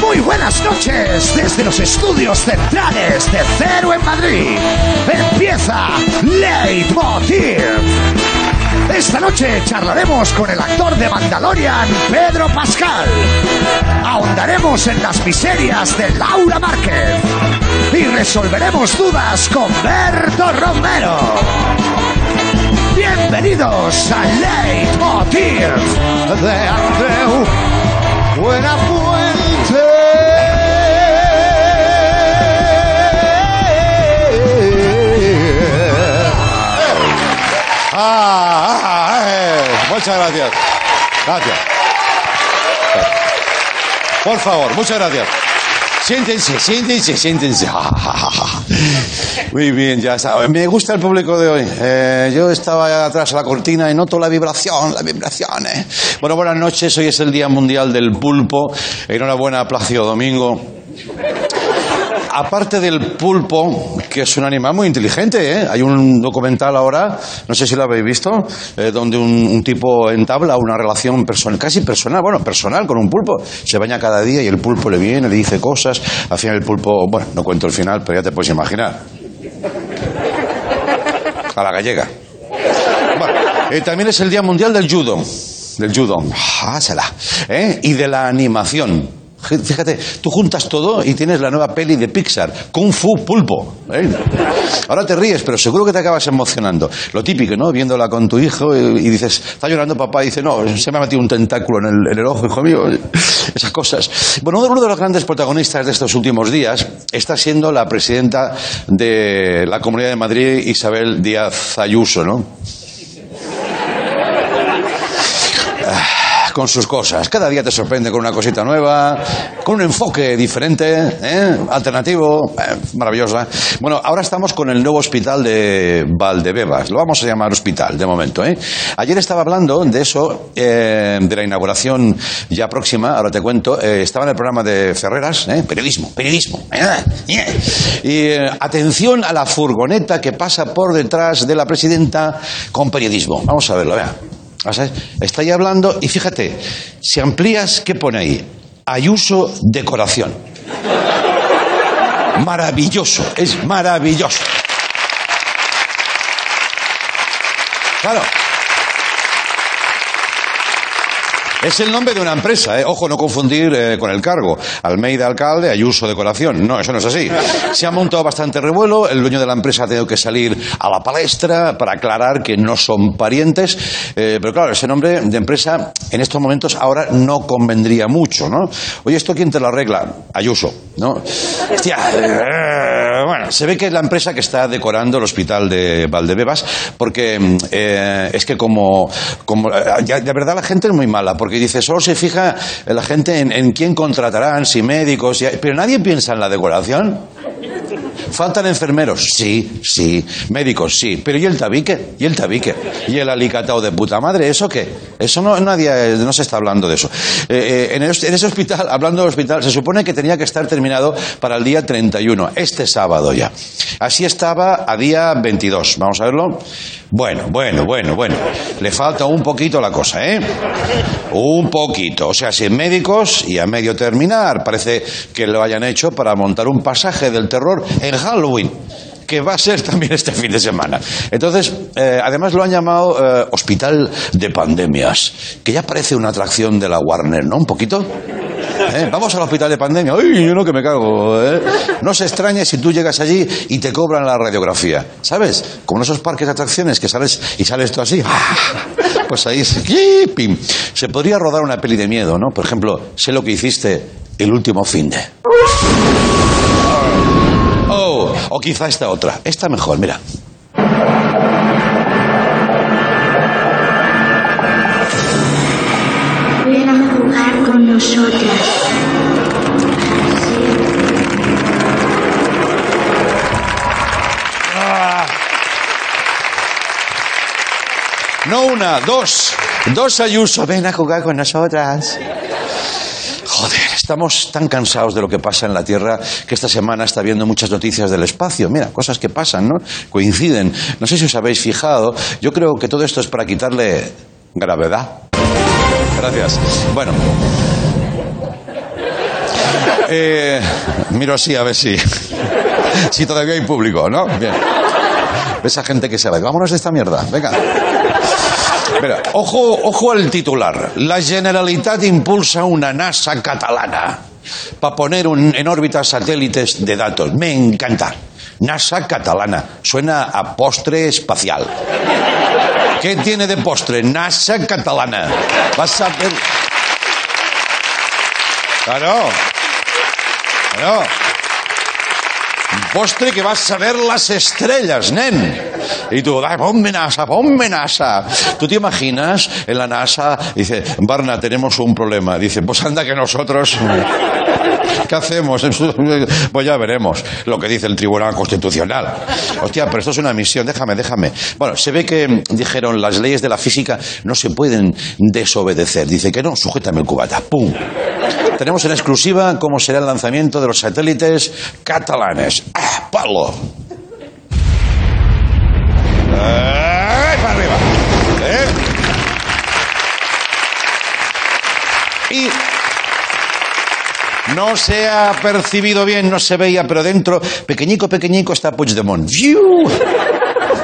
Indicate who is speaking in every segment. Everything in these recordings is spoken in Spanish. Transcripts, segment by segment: Speaker 1: Muy buenas noches desde los estudios centrales de Cero en Madrid. Empieza Leitmotiv. Esta noche charlaremos con el actor de Mandalorian, Pedro Pascal. Ahondaremos en las miserias de Laura Márquez. Y resolveremos dudas con Berto Romero. Bienvenidos a Leitmotiv de Andreu Buenafuente.
Speaker 2: Ah, ah, eh. Muchas gracias. Gracias. Por favor, muchas gracias. Siéntense, siéntense, siéntense. Ah, ah, ah. Muy bien, ya está. Me gusta el público de hoy. Eh, yo estaba atrás a la cortina y noto la vibración, las vibraciones. Bueno, buenas noches. Hoy es el Día Mundial del Pulpo. Enhorabuena a Placio Domingo aparte del pulpo, que es un animal muy inteligente, ¿eh? hay un documental ahora, no sé si lo habéis visto, eh, donde un, un tipo entabla una relación personal, casi personal, bueno, personal con un pulpo. Se baña cada día y el pulpo le viene, le dice cosas. Al final el pulpo, bueno, no cuento el final, pero ya te puedes imaginar. A la gallega. Bueno, eh, también es el Día Mundial del Judo. Del judo. Jásela. ¿Eh? Y de la animación. Fíjate, tú juntas todo y tienes la nueva peli de Pixar, Kung Fu Pulpo. ¿eh? Ahora te ríes, pero seguro que te acabas emocionando. Lo típico, ¿no? Viéndola con tu hijo y, y dices, está llorando papá, y dice, no, se me ha metido un tentáculo en el, en el ojo, hijo mío. Esas cosas. Bueno, uno de los grandes protagonistas de estos últimos días está siendo la presidenta de la Comunidad de Madrid, Isabel Díaz Ayuso, ¿no? con sus cosas. Cada día te sorprende con una cosita nueva, con un enfoque diferente, ¿eh? alternativo, eh, maravillosa. Bueno, ahora estamos con el nuevo hospital de Valdebebas. Lo vamos a llamar hospital de momento. ¿eh? Ayer estaba hablando de eso, eh, de la inauguración ya próxima, ahora te cuento. Eh, estaba en el programa de Ferreras, ¿eh? periodismo, periodismo. ¿eh? Y eh, atención a la furgoneta que pasa por detrás de la presidenta con periodismo. Vamos a verlo, vea. O sea, está ahí hablando y fíjate, si amplías, ¿qué pone ahí? Ayuso decoración. Maravilloso, es maravilloso. Claro. Es el nombre de una empresa, ¿eh? ojo, no confundir eh, con el cargo. Almeida alcalde, Ayuso decoración. No, eso no es así. Se ha montado bastante revuelo, el dueño de la empresa ha tenido que salir a la palestra para aclarar que no son parientes, eh, pero claro, ese nombre de empresa en estos momentos ahora no convendría mucho, ¿no? Oye, ¿esto quién te lo arregla? Ayuso, ¿no? Hostia, eh, bueno, se ve que es la empresa que está decorando el hospital de Valdebebas, porque mm, eh, es que como, como eh, ya, de verdad la gente es muy mala, porque dice, solo se fija la gente en, en quién contratarán, si médicos, si- pero nadie piensa en la decoración. Faltan enfermeros, sí, sí. Médicos, sí. Pero ¿y el tabique? ¿Y el tabique? ¿Y el alicatado de puta madre? ¿Eso qué? Eso no, nadie, eh, no se está hablando de eso. Eh, eh, en, es- en ese hospital, hablando del hospital, se supone que tenía que estar terminado para el día 31, este sábado ya. Así estaba a día 22. Vamos a verlo. Bueno, bueno, bueno, bueno. Le falta un poquito la cosa, ¿eh? Un poquito. O sea, sin médicos y a medio terminar. Parece que lo hayan hecho para montar un pasaje del terror en Halloween que va a ser también este fin de semana. Entonces, eh, además lo han llamado eh, Hospital de Pandemias, que ya parece una atracción de la Warner, ¿no? Un poquito. ¿Eh? Vamos al hospital de pandemia. ¡Uy, yo no que me cago! ¿eh? No se extrañe si tú llegas allí y te cobran la radiografía. ¿Sabes? Como en esos parques de atracciones que sales y sales tú así. Pues ahí se, ¡Yi, pim! se podría rodar una peli de miedo, ¿no? Por ejemplo, sé lo que hiciste el último fin de. Oh, o quizá esta otra. Esta mejor, mira.
Speaker 3: Ven a jugar con nosotras.
Speaker 2: No una, dos. Dos Ayuso. Ven a jugar con nosotras. Joder, estamos tan cansados de lo que pasa en la Tierra que esta semana está viendo muchas noticias del espacio. Mira, cosas que pasan, ¿no? Coinciden. No sé si os habéis fijado. Yo creo que todo esto es para quitarle gravedad. Gracias. Bueno, Eh, miro así a ver si, si todavía hay público, ¿no? Bien. Esa gente que sabe, vámonos de esta mierda, venga. Espera, ojo, ojo al titular. La Generalitat impulsa una NASA catalana para poner un- en órbita satélites de datos. Me encanta. NASA catalana. Suena a postre espacial. ¿Qué tiene de postre? NASA catalana. Vas a ver. Claro. Claro. Un postre que vas a ver las estrellas, nen. Y tú, "Ay, ponme NASA, ponme NASA. ¿Tú te imaginas en la NASA? Dice, Barna, tenemos un problema. Dice, pues anda que nosotros... ¿Qué hacemos? Pues ya veremos lo que dice el Tribunal Constitucional. Hostia, pero esto es una misión, déjame, déjame. Bueno, se ve que mm, dijeron las leyes de la física no se pueden desobedecer. Dice que no, sujétame el cubata. ¡Pum! Tenemos en exclusiva cómo será el lanzamiento de los satélites catalanes. ¡Ah, palo! ¡Ay, para arriba! ¿Eh? Y no se ha percibido bien, no se veía, pero dentro, pequeñico, pequeñico, está Puigdemont. ¡Fiu!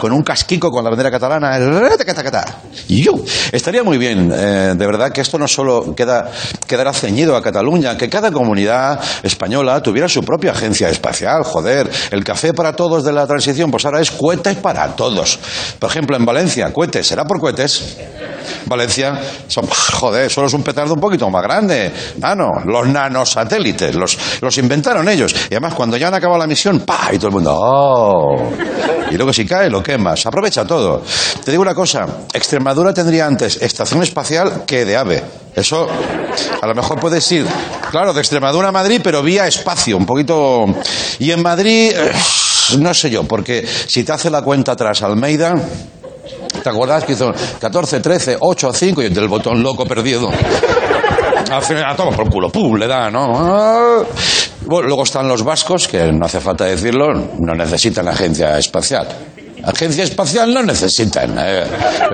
Speaker 2: Con un casquico con la bandera catalana. ¡Ratacatacatá! ¡Iu! Estaría muy bien, eh, de verdad, que esto no solo queda, quedará ceñido a Cataluña, que cada comunidad española tuviera su propia agencia espacial. Joder, el café para todos de la transición, pues ahora es cohetes para todos. Por ejemplo, en Valencia, cohetes, ¿será por cohetes? Valencia, son, joder, solo es un petardo un poquito más grande. Nano, los nanosatélites, los, los inventaron ellos. Y además, cuando ya han acabado la misión, ¡pa! Y todo el mundo, ¡oh! Y luego si cae, lo quemas. Aprovecha todo. Te digo una cosa, Extremadura tendría antes estación espacial que de AVE. Eso, a lo mejor puedes ir, claro, de Extremadura a Madrid, pero vía espacio, un poquito... Y en Madrid, eh, no sé yo, porque si te hace la cuenta atrás Almeida... ¿Te acordás que hizo 14, 13, 8, 5 y el del botón loco perdido? Al final, a toma por culo, pum, le da, ¿no? Ah. Bueno, luego están los vascos, que no hace falta decirlo, no necesitan agencia espacial. Agencia espacial no necesitan. eh.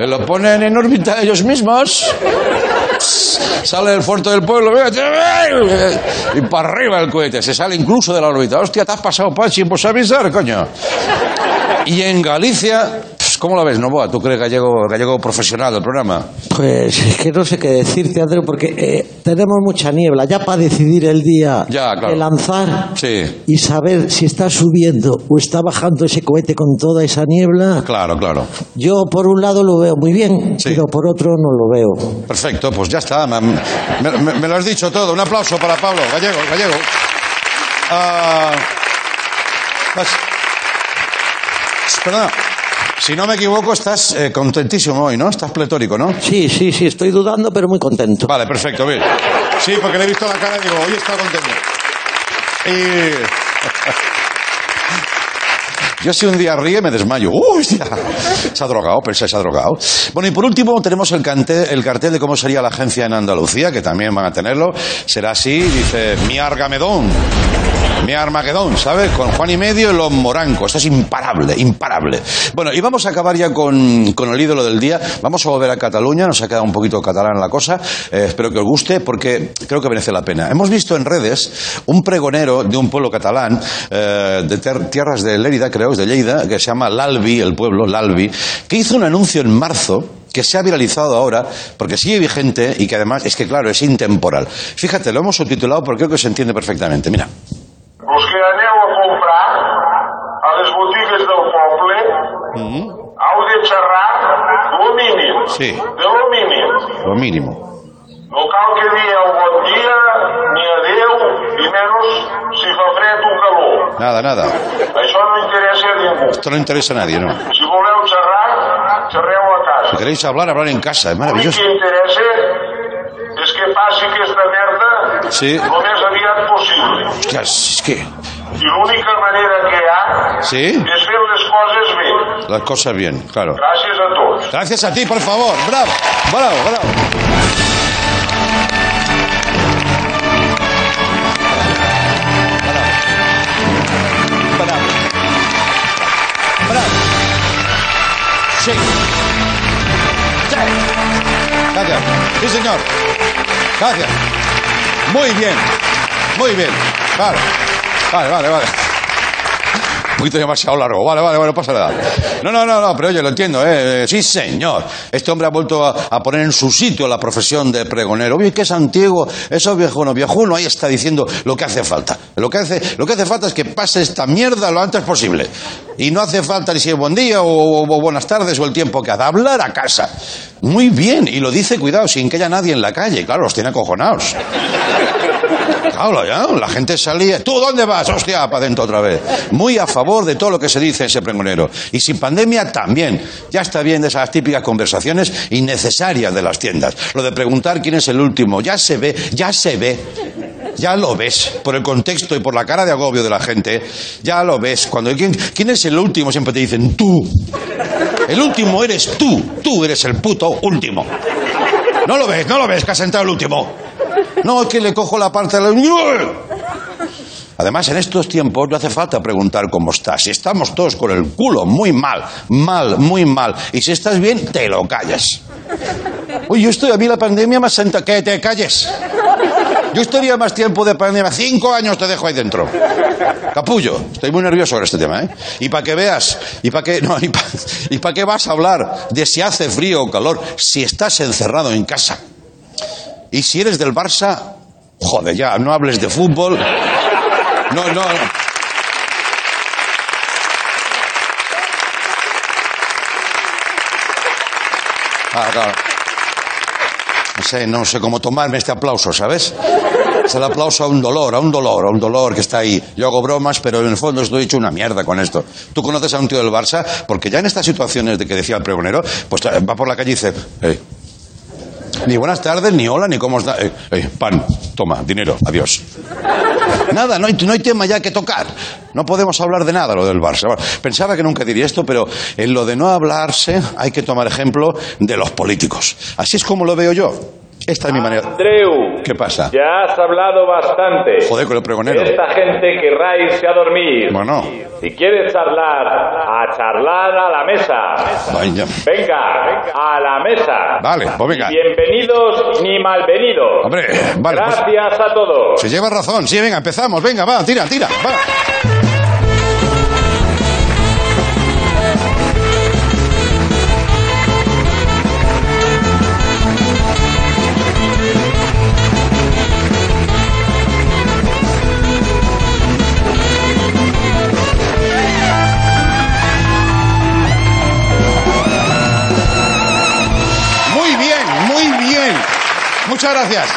Speaker 2: Lo ponen en órbita ellos mismos. Pss, Sale del puerto del pueblo mira, eh, y para arriba el cohete. Se sale incluso de la órbita. Hostia, te has pasado, Pachi, pues avisar, coño. Y en Galicia, pues, ¿cómo la ves, Novoa? ¿Tú crees gallego, gallego profesional del programa?
Speaker 4: Pues es que no sé qué decirte, Andreu, porque eh, tenemos mucha niebla. Ya para decidir el día
Speaker 2: Ya, claro.
Speaker 4: de lanzar
Speaker 2: Sí.
Speaker 4: y saber si está subiendo o está bajando ese cohete con toda esa niebla,
Speaker 2: Claro, claro.
Speaker 4: yo por un lado lo veo muy bien,
Speaker 2: Sí.
Speaker 4: pero por otro no lo veo.
Speaker 2: Perfecto, pues ya está. Me, me- me- me lo has dicho todo. Un aplauso para Pablo. Gallego, gallego. Ah, vas. Perdona. Si no me equivoco, estás eh, contentísimo hoy, ¿no? Estás pletórico, ¿no?
Speaker 4: Sí, sí, sí, estoy dudando, pero muy contento.
Speaker 2: Vale, perfecto, bien. Sí, porque le he visto la cara y digo, hoy está contento. Y- Yo si un día ríe me desmayo. ¡Uy, hostia! Se ha drogado, pensé, se ha drogado. Bueno, y por último tenemos el, cante- el cartel de cómo sería la agencia en Andalucía, que también van a tenerlo. Será así, dice, mi argamedón, mi armagedón, ¿sabes? Con Juan y medio y los morancos. Esto es imparable, imparable. Bueno, y vamos a acabar ya con, con el ídolo del día. Vamos a volver a Cataluña, nos ha quedado un poquito catalán la cosa. Eh, espero que os guste porque creo que merece la pena. Hemos visto en redes un pregonero de un pueblo catalán, eh, de ter- tierras de Lérida, creo, es de Lleida, que se llama Lalbi, el pueblo, Lalbi, que hizo un anuncio en marzo que se ha viralizado ahora, porque sigue vigente y que además es que, claro, es intemporal. Fíjate, lo hemos subtitulado porque creo que se entiende perfectamente. Mira.
Speaker 5: Us que aneu a comprar a les botigues del poble heu de xerrar lo mínim.
Speaker 2: Mm-hmm. Sí.
Speaker 5: De lo mínim.
Speaker 2: Lo mínimo.
Speaker 5: No cal que dieu bon dia, ni adeu, i menys si fa fred o calor.
Speaker 2: Nada, nada.
Speaker 5: Això no interessa a ningú.
Speaker 2: Esto no interesa a nadie, ¿no?
Speaker 5: Si voleu xerrar, xerreu a
Speaker 2: Si
Speaker 5: casa.
Speaker 2: queréis hablar, hablar en casa. Es
Speaker 5: L'únic
Speaker 2: maravilloso.
Speaker 5: que interessa és que passi aquesta merda
Speaker 2: Sí.
Speaker 5: el més aviat possible.
Speaker 2: Hostia, es que
Speaker 5: I l'única manera que hi ha
Speaker 2: Sí.
Speaker 5: és fer les coses bé.
Speaker 2: las cosas bien, claro.
Speaker 5: Gràcies a tots.
Speaker 2: Gracias a ti, por favor. Bravo, bravo, bravo. Bravo. Bravo. Bravo. Sí. Sí. Gracias. Sí, señor. Gracias. Muy bien. Muy bien. Vale, vale, vale. vale. Un poquito demasiado largo. Vale, vale, bueno, pasa nada. No, no, no, no, pero oye, lo entiendo, ¿eh? Sí, señor. Este hombre ha vuelto a, a poner en su sitio la profesión de pregonero. Oye, que es antiguo, eso es viejuno, viejuno, ahí está diciendo lo que hace falta. Lo que hace, lo que hace falta es que pase esta mierda lo antes posible. Y no hace falta ni si es buen día o, o buenas tardes o el tiempo que hace. Hablar a casa. Muy bien, y lo dice, cuidado, sin que haya nadie en la calle. Claro, los tiene acojonados. Claro, ya, la gente salía. ¿Tú dónde vas? Hostia, para adentro otra vez. Muy a favor de todo lo que se dice ese pregonero. Y sin pandemia también. Ya está bien de esas típicas conversaciones innecesarias de las tiendas. Lo de preguntar quién es el último. Ya se ve, ya se ve. Ya lo ves, por el contexto y por la cara de agobio de la gente, ya lo ves. Cuando ¿quién, quién es el último, siempre te dicen tú. El último eres tú, tú eres el puto último. No lo ves, no lo ves, que has entrado el último. No, es que le cojo la parte de la... Además, en estos tiempos no hace falta preguntar cómo estás. Si estamos todos con el culo muy mal, mal, muy mal. Y si estás bien, te lo callas. Uy, yo estoy a mí la pandemia más senta que te calles. Yo estaría más tiempo de pandemia. Cinco años te dejo ahí dentro. Capullo, estoy muy nervioso sobre este tema, ¿eh? Y para que veas, y para que, no, y para que vas a hablar de si hace frío o calor, si estás encerrado en casa. Y si eres del Barça, joder, ya, no hables de fútbol. No, no. no. Ah, claro. No sé, no sé cómo tomarme este aplauso, ¿sabes? Es el aplauso a un dolor, a un dolor, a un dolor que está ahí. Yo hago bromas, pero en el fondo estoy hecho una mierda con esto. Tú conoces a un tío del Barça, porque ya en estas situaciones de que decía el pregonero, pues eh, va por la calle y dice, "Ey, ni buenas tardes, ni hola, ni cómo está. Eh, eh, pan, toma, dinero, adiós. Nada, no hay, no hay tema ya que tocar. No podemos hablar de nada lo del Barça. Bueno, pensaba que nunca diría esto, pero en lo de no hablarse hay que tomar ejemplo de los políticos. Así es como lo veo yo. Esta es mi manera.
Speaker 6: Andreu,
Speaker 2: ¿Qué pasa?
Speaker 6: ya has hablado bastante.
Speaker 2: Joder, con el pregonero.
Speaker 6: Esta gente querrá irse a dormir.
Speaker 2: Bueno.
Speaker 6: Si quieres charlar, a charlar a la mesa.
Speaker 2: Vaya.
Speaker 6: Venga, a la mesa.
Speaker 2: Vale, pues venga.
Speaker 6: Bienvenidos ni malvenidos.
Speaker 2: Hombre, vale, pues-
Speaker 6: Gracias a todos.
Speaker 2: Se lleva razón. Sí, venga, empezamos. Venga, va, tira, tira. Va. Muy bien, muy bien. Muchas gracias.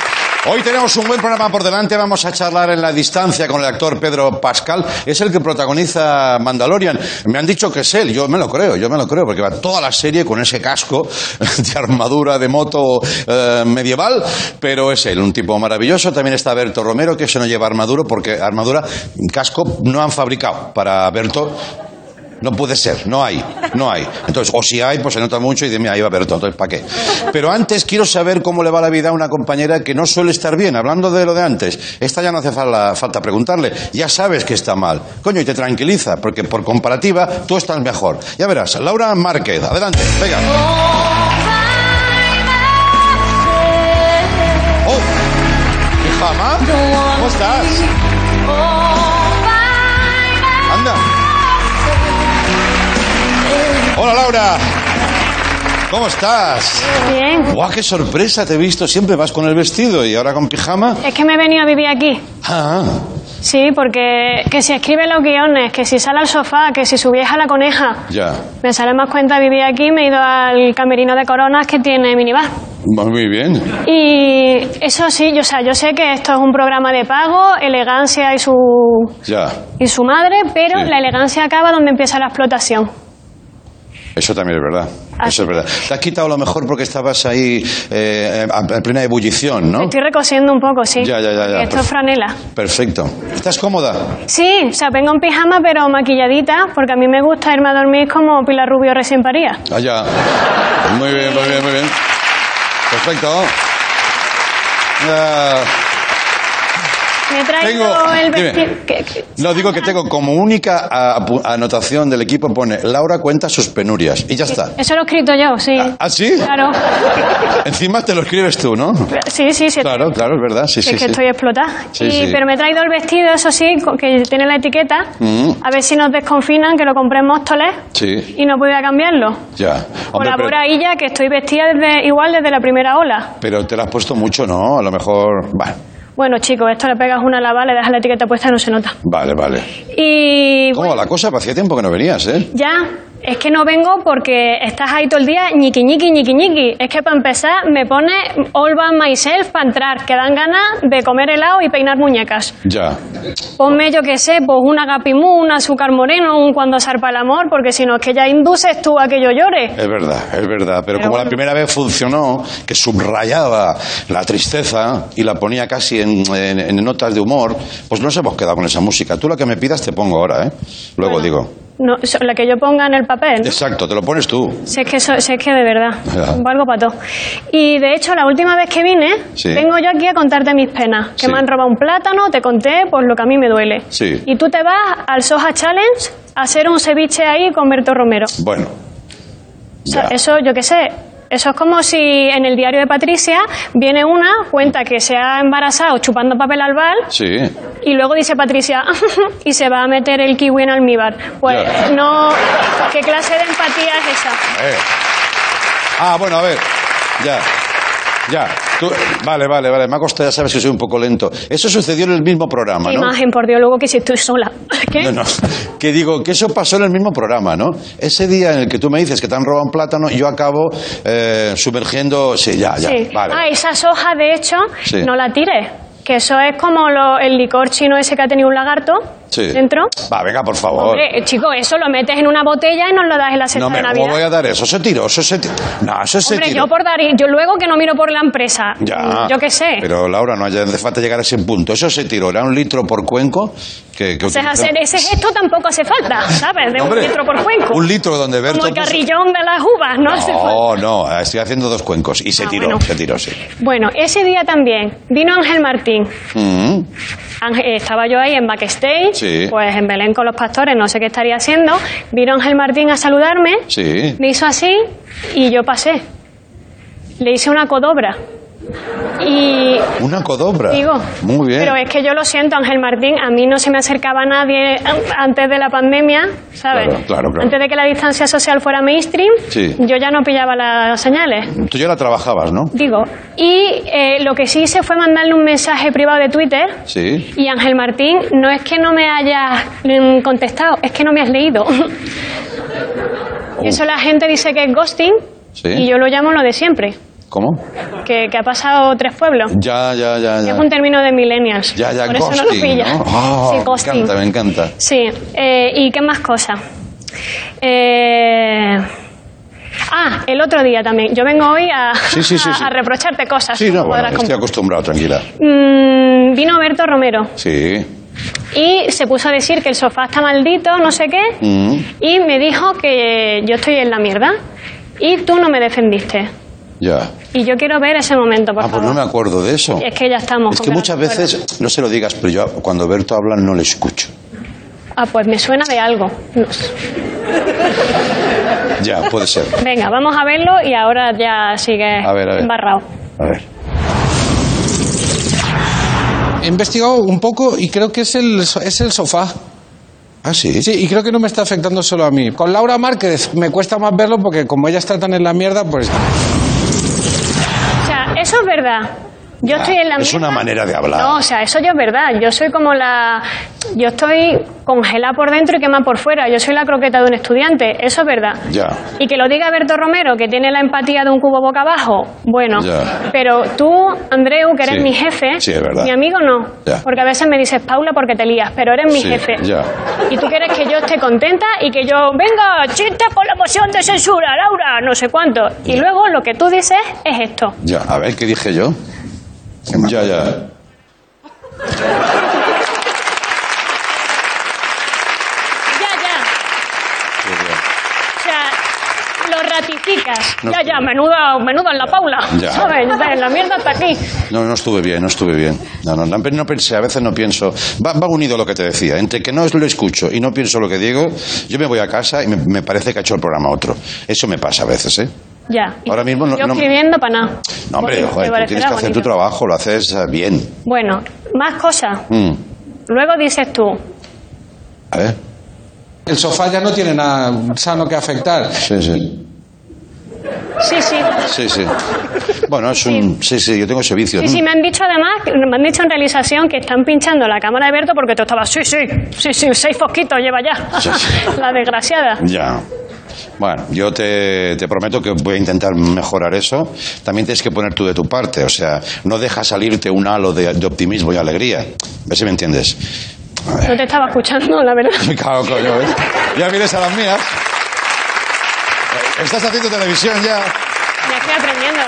Speaker 2: Hoy tenemos un buen programa por delante. Vamos a charlar en la distancia con el actor Pedro Pascal. Es el que protagoniza Mandalorian. Me han dicho que es él. Yo me lo creo, yo me lo creo, porque va toda la serie con ese casco de armadura de moto eh, medieval. Pero es él, un tipo maravilloso. También está Berto Romero, que se no lleva armadura, porque armadura, casco, no han fabricado para Berto. No puede ser, no hay, no hay. Entonces, o si hay, pues se nota mucho y dice, mira, ahí va Berto, entonces, ¿para qué? Pero antes quiero saber cómo le va la vida a una compañera que no suele estar bien, hablando de lo de antes. Esta ya no hace fal- falta preguntarle, ya sabes que está mal. Coño, y te tranquiliza, porque por comparativa tú estás mejor. Ya verás, Laura Márquez, adelante, venga. Oh, hija, ma, ¿cómo estás? Anda. Hola Laura. ¿Cómo estás?
Speaker 7: Bien.
Speaker 2: ¡Guau, qué sorpresa te he visto! Siempre vas con el vestido y ahora con pijama.
Speaker 7: Es que me he venido a vivir aquí.
Speaker 2: Ah,
Speaker 7: Sí, porque que si escribe los guiones, que si sale al sofá, que si su vieja la coneja.
Speaker 2: ya.
Speaker 7: Me sale más cuenta vivir aquí, me he ido al camerino de coronas que tiene minibar.
Speaker 2: Pues Muy bien.
Speaker 7: Y eso sí, yo, o sea, yo sé que esto es un programa de pago, elegancia y su,
Speaker 2: Ya.
Speaker 7: y su madre, pero
Speaker 2: Sí.
Speaker 7: la elegancia acaba donde empieza la explotación.
Speaker 2: Eso también es verdad.
Speaker 7: Ah,
Speaker 2: Eso es verdad. Te has quitado lo mejor porque estabas ahí eh, en en plena ebullición, ¿no?
Speaker 7: Estoy recosiendo un poco, sí.
Speaker 2: Oh. Ya, ya, ya, ya.
Speaker 7: Esto es franela.
Speaker 2: Perfecto. ¿Estás cómoda?
Speaker 7: Sí, o sea, vengo en pijama pero maquilladita, porque a mí me gusta irme a dormir como Pilar Rubio recién paría.
Speaker 2: Allá. Muy bien, muy bien, muy bien. Perfecto. Ah.
Speaker 7: Me traigo
Speaker 2: Tengo-
Speaker 7: el
Speaker 2: dime.
Speaker 7: vestido. que- que-
Speaker 2: No, digo que tengo como única ah, apu- anotación del equipo pone Laura cuenta sus penurias y ya está.
Speaker 7: Eso lo he escrito yo, sí.
Speaker 2: ¿Ah, sí?
Speaker 7: Claro.
Speaker 2: Encima te lo escribes tú, ¿no?
Speaker 7: Sí, sí, sí.
Speaker 2: Claro, claro, es verdad, sí, sí.
Speaker 7: es que
Speaker 2: sí.
Speaker 7: estoy explotada.
Speaker 2: Sí,
Speaker 7: Y-
Speaker 2: sí.
Speaker 7: Pero me he traído el vestido, eso sí, co- que tiene la etiqueta.
Speaker 2: Mm.
Speaker 7: A ver si nos desconfinan, que lo compré en Móstoles
Speaker 2: Sí.
Speaker 7: y no podía cambiarlo.
Speaker 2: Ya.
Speaker 7: Por
Speaker 2: Hombre,
Speaker 7: Colabora
Speaker 2: pero,
Speaker 7: ahí ya, que estoy vestida desde- igual desde la primera ola.
Speaker 2: pero te lo has puesto mucho, ¿no? A lo mejor... Vale,
Speaker 7: Bueno, chicos, esto le pegas una lava, le dejas la etiqueta puesta y no se nota.
Speaker 2: vale, vale.
Speaker 7: Y
Speaker 2: ¿Cómo va la cosa? Hacía tiempo que no venías, ¿eh?
Speaker 7: Ya, es que no vengo porque estás ahí todo el día ñiqui, ñiqui, ñiqui, ñiqui. Es que para empezar me pone all by myself para entrar, que dan ganas de comer helado y peinar muñecas.
Speaker 2: Ya.
Speaker 7: Ponme, yo qué sé, pues una agapimú, un azúcar moreno, un cuando zarpa el amor, porque si no es que ya induces tú a que yo llore.
Speaker 2: Es verdad, es verdad. Pero,
Speaker 7: Pero
Speaker 2: como la
Speaker 7: bueno.
Speaker 2: primera vez funcionó, que subrayaba la tristeza y la ponía casi en, en- en notas de humor, pues nos hemos quedado con esa música. Tú la que me pidas te pongo ahora, ¿eh? Luego
Speaker 7: Bueno.
Speaker 2: digo.
Speaker 7: No, so- la que yo ponga en el papel.
Speaker 2: Exacto, te lo pones tú.
Speaker 7: Si es que, so- si es que de verdad,
Speaker 2: Ya.
Speaker 7: valgo para todo. Y de hecho, la última vez que vine,
Speaker 2: Sí.
Speaker 7: vengo yo aquí a contarte mis penas. Que
Speaker 2: Sí.
Speaker 7: me han robado un plátano, te conté pues lo que a mí me duele.
Speaker 2: Sí.
Speaker 7: Y tú te vas al Soja Challenge a hacer un ceviche ahí con Berto Romero.
Speaker 2: Bueno.
Speaker 7: O sea,
Speaker 2: Ya.
Speaker 7: eso, yo qué sé. Eso es como si en el diario de Patricia viene una, cuenta que se ha embarazado chupando papel al bal
Speaker 2: Sí.
Speaker 7: y luego dice Patricia y se va a meter el kiwi en almíbar. Pues
Speaker 2: Ya.
Speaker 7: no, ¿qué clase de empatía es esa?
Speaker 2: Eh. Ah, bueno, a ver. Ya. Ya. Tú- vale, vale, vale. Me ha costado, ya sabes que soy un poco lento. Eso sucedió en el mismo programa,
Speaker 7: Qué
Speaker 2: ¿no?
Speaker 7: imagen, por Dios, luego que si estoy sola. ¿Qué?
Speaker 2: No, no. Que digo, que eso pasó en el mismo programa, ¿no? Ese día en el que tú me dices que te han robado un plátano, yo acabo eh, sumergiendo. Sí, ya, ya.
Speaker 7: Sí.
Speaker 2: Vale.
Speaker 7: Ah, esa soja, de hecho,
Speaker 2: Sí.
Speaker 7: no la tires. Que eso es como lo- el licor chino ese que ha tenido un lagarto
Speaker 2: Sí.
Speaker 7: dentro.
Speaker 2: Va, venga, por favor.
Speaker 7: Hombre, eh, chico, eso lo metes en una botella y nos lo das en la cesta
Speaker 2: no me,
Speaker 7: de Navidad.
Speaker 2: ¿cómo voy a dar eso? Se tiró, eso se tiró. No, eso se
Speaker 7: Hombre,
Speaker 2: tiró.
Speaker 7: yo por dar, yo luego que no miro por la empresa.
Speaker 2: Ya.
Speaker 7: Mm, Yo qué sé.
Speaker 2: Pero Laura, no hace falta llegar a ese punto. Eso se tiró. Era un litro por cuenco. Que, que
Speaker 7: O sea,
Speaker 2: utilizó-
Speaker 7: hacer ese gesto tampoco hace falta, ¿sabes? De
Speaker 2: Hombre,
Speaker 7: un litro por cuenco.
Speaker 2: Un litro donde Berto.
Speaker 7: Como el
Speaker 2: puso-
Speaker 7: carrillón de las uvas, ¿no? hace falta.
Speaker 2: No, no, estoy haciendo dos cuencos. Y se
Speaker 7: Ah,
Speaker 2: tiró,
Speaker 7: bueno.
Speaker 2: se tiró, sí.
Speaker 7: Bueno, ese día también vino Ángel Martín.
Speaker 2: Mm,
Speaker 7: Ángel- eh, estaba yo ahí en backstage,
Speaker 2: Sí.
Speaker 7: pues en Belén con los pastores, no sé qué estaría haciendo. Vino Ángel Martín a saludarme,
Speaker 2: sí.
Speaker 7: me hizo así y yo pasé. Le hice una codobra. Y
Speaker 2: Una codobra.
Speaker 7: digo,
Speaker 2: Muy bien.
Speaker 7: pero es que yo lo siento, Ángel Martín, a mí no se me acercaba nadie an- antes de la pandemia, ¿sabes?
Speaker 2: Claro, claro, claro.
Speaker 7: Antes de que la distancia social fuera mainstream,
Speaker 2: Sí.
Speaker 7: yo ya no pillaba las señales.
Speaker 2: Tú ya la trabajabas, ¿no?
Speaker 7: Digo, y eh, lo que sí hice fue mandarle un mensaje privado de Twitter.
Speaker 2: Sí.
Speaker 7: Y Ángel Martín, no es que no me hayas mm, contestado, es que no me has leído. Eso la gente dice que es ghosting
Speaker 2: Sí.
Speaker 7: y yo lo llamo lo de siempre,
Speaker 2: ¿Cómo?
Speaker 7: que, que ha pasado tres pueblos.
Speaker 2: Ya, ya, ya, ya.
Speaker 7: Es un término de millennials.
Speaker 2: Ya, ya,
Speaker 7: por eso no lo
Speaker 2: ghosting,
Speaker 7: pilla.
Speaker 2: ¿no? Oh,
Speaker 7: sí, ghosting.
Speaker 2: Me encanta, me encanta.
Speaker 7: Sí, eh, ¿y qué más cosas? Eh, Ah, el otro día también. Yo vengo hoy a,
Speaker 2: Sí, sí, sí,
Speaker 7: a-
Speaker 2: sí.
Speaker 7: a reprocharte cosas.
Speaker 2: Sí, no,
Speaker 7: como
Speaker 2: bueno,
Speaker 7: podrás
Speaker 2: estoy
Speaker 7: comp-
Speaker 2: acostumbrado, tranquila.
Speaker 7: Mm, vino Berto Romero
Speaker 2: Sí.
Speaker 7: y se puso a decir que el sofá está maldito, no sé qué,
Speaker 2: Mm.
Speaker 7: y me dijo que yo estoy en la mierda y tú no me defendiste.
Speaker 2: Ya.
Speaker 7: Y yo quiero ver ese momento, por
Speaker 2: Ah, pues
Speaker 7: favor.
Speaker 2: no me acuerdo de eso.
Speaker 7: Es que ya estamos.
Speaker 2: Es
Speaker 7: con
Speaker 2: que muchas
Speaker 7: Carlos Cuerda.
Speaker 2: veces, no se lo digas, pero yo cuando Berto habla no le escucho.
Speaker 7: Ah, pues me suena de algo. No sé.
Speaker 2: Ya, puede ser.
Speaker 7: Venga, vamos a verlo y ahora ya sigue
Speaker 2: A ver, a ver.
Speaker 7: embarrado.
Speaker 2: A ver.
Speaker 8: He investigado un poco y creo que es el, so- es el sofá.
Speaker 2: Ah, sí.
Speaker 8: Sí, y creo que no me está afectando solo a mí. Con Laura Márquez me cuesta más verlo porque como ella está tan en la mierda, pues...
Speaker 7: O sea, eso es verdad. Yo
Speaker 2: Ah,
Speaker 7: estoy en la
Speaker 2: es
Speaker 7: mierda.
Speaker 2: una manera de hablar.
Speaker 7: No, o sea, eso ya es verdad. Yo soy como la. Yo estoy congelada por dentro y quemada por fuera. Yo soy la croqueta de un estudiante. Eso es verdad.
Speaker 2: Ya.
Speaker 7: Y que lo diga Berto Romero, que tiene la empatía de un cubo boca abajo. Bueno.
Speaker 2: Ya.
Speaker 7: Pero tú, Andreu, que eres
Speaker 2: Sí.
Speaker 7: mi jefe.
Speaker 2: Sí, es verdad.
Speaker 7: Mi amigo no.
Speaker 2: Ya.
Speaker 7: Porque a veces me dices Paula porque te lías, pero eres mi
Speaker 2: Sí,
Speaker 7: jefe.
Speaker 2: ya.
Speaker 7: Y tú quieres que yo esté contenta y que yo. Venga, chiste por la moción de censura, Laura, no sé cuánto. Y luego lo que tú dices es esto.
Speaker 2: Ya, a ver, ¿qué dije yo? Ya, ya.
Speaker 7: Ya, ya. O sea, lo ratificas.
Speaker 2: No
Speaker 7: ya,
Speaker 2: estuve-
Speaker 7: ya, menuda, menuda en la Paula.
Speaker 2: Ya.
Speaker 7: ¿Sabes? En la mierda hasta aquí.
Speaker 2: No, no estuve bien, no estuve bien. No, no, no, no pensé, a veces no pienso. Va, va unido lo que te decía. Entre que no lo escucho y no pienso lo que digo, yo me voy a casa y me, me parece que ha hecho el programa otro. Eso me pasa a veces, ¿eh?
Speaker 7: Ya. Y
Speaker 2: Ahora mismo no-
Speaker 7: Yo
Speaker 2: no-
Speaker 7: escribiendo para nada.
Speaker 2: No, hombre,
Speaker 7: Porque
Speaker 2: joder,
Speaker 7: me
Speaker 2: tú tienes
Speaker 7: parecerá
Speaker 2: que hacer tu
Speaker 7: bonito.
Speaker 2: trabajo, lo haces eh, bien.
Speaker 7: Bueno, más cosas.
Speaker 2: Mm.
Speaker 7: Luego dices tú,
Speaker 2: A ver.
Speaker 8: El sofá ya no tiene nada sano que afectar.
Speaker 2: Sí, sí.
Speaker 7: sí, sí.
Speaker 2: Sí, sí. Bueno, es un. Sí, sí, yo tengo ese vicio.
Speaker 7: Sí, sí, me han dicho además, me han dicho en realización que están pinchando la cámara de Berto porque tú estabas, sí, sí, sí, sí, seis fosquitos lleva
Speaker 2: Sí,
Speaker 7: ya.
Speaker 2: sí.
Speaker 7: la desgraciada.
Speaker 2: Ya. Bueno, yo te, te prometo que voy a intentar mejorar eso. También tienes que poner tú de tu parte. O sea, no deja salirte un halo de, de optimismo y alegría. A ver si me entiendes.
Speaker 7: No te estaba escuchando, la verdad.
Speaker 2: Me cago, coño, ¿ves? Ya vienes a las mías. Estás haciendo televisión ya.
Speaker 7: Me estoy aprendiendo.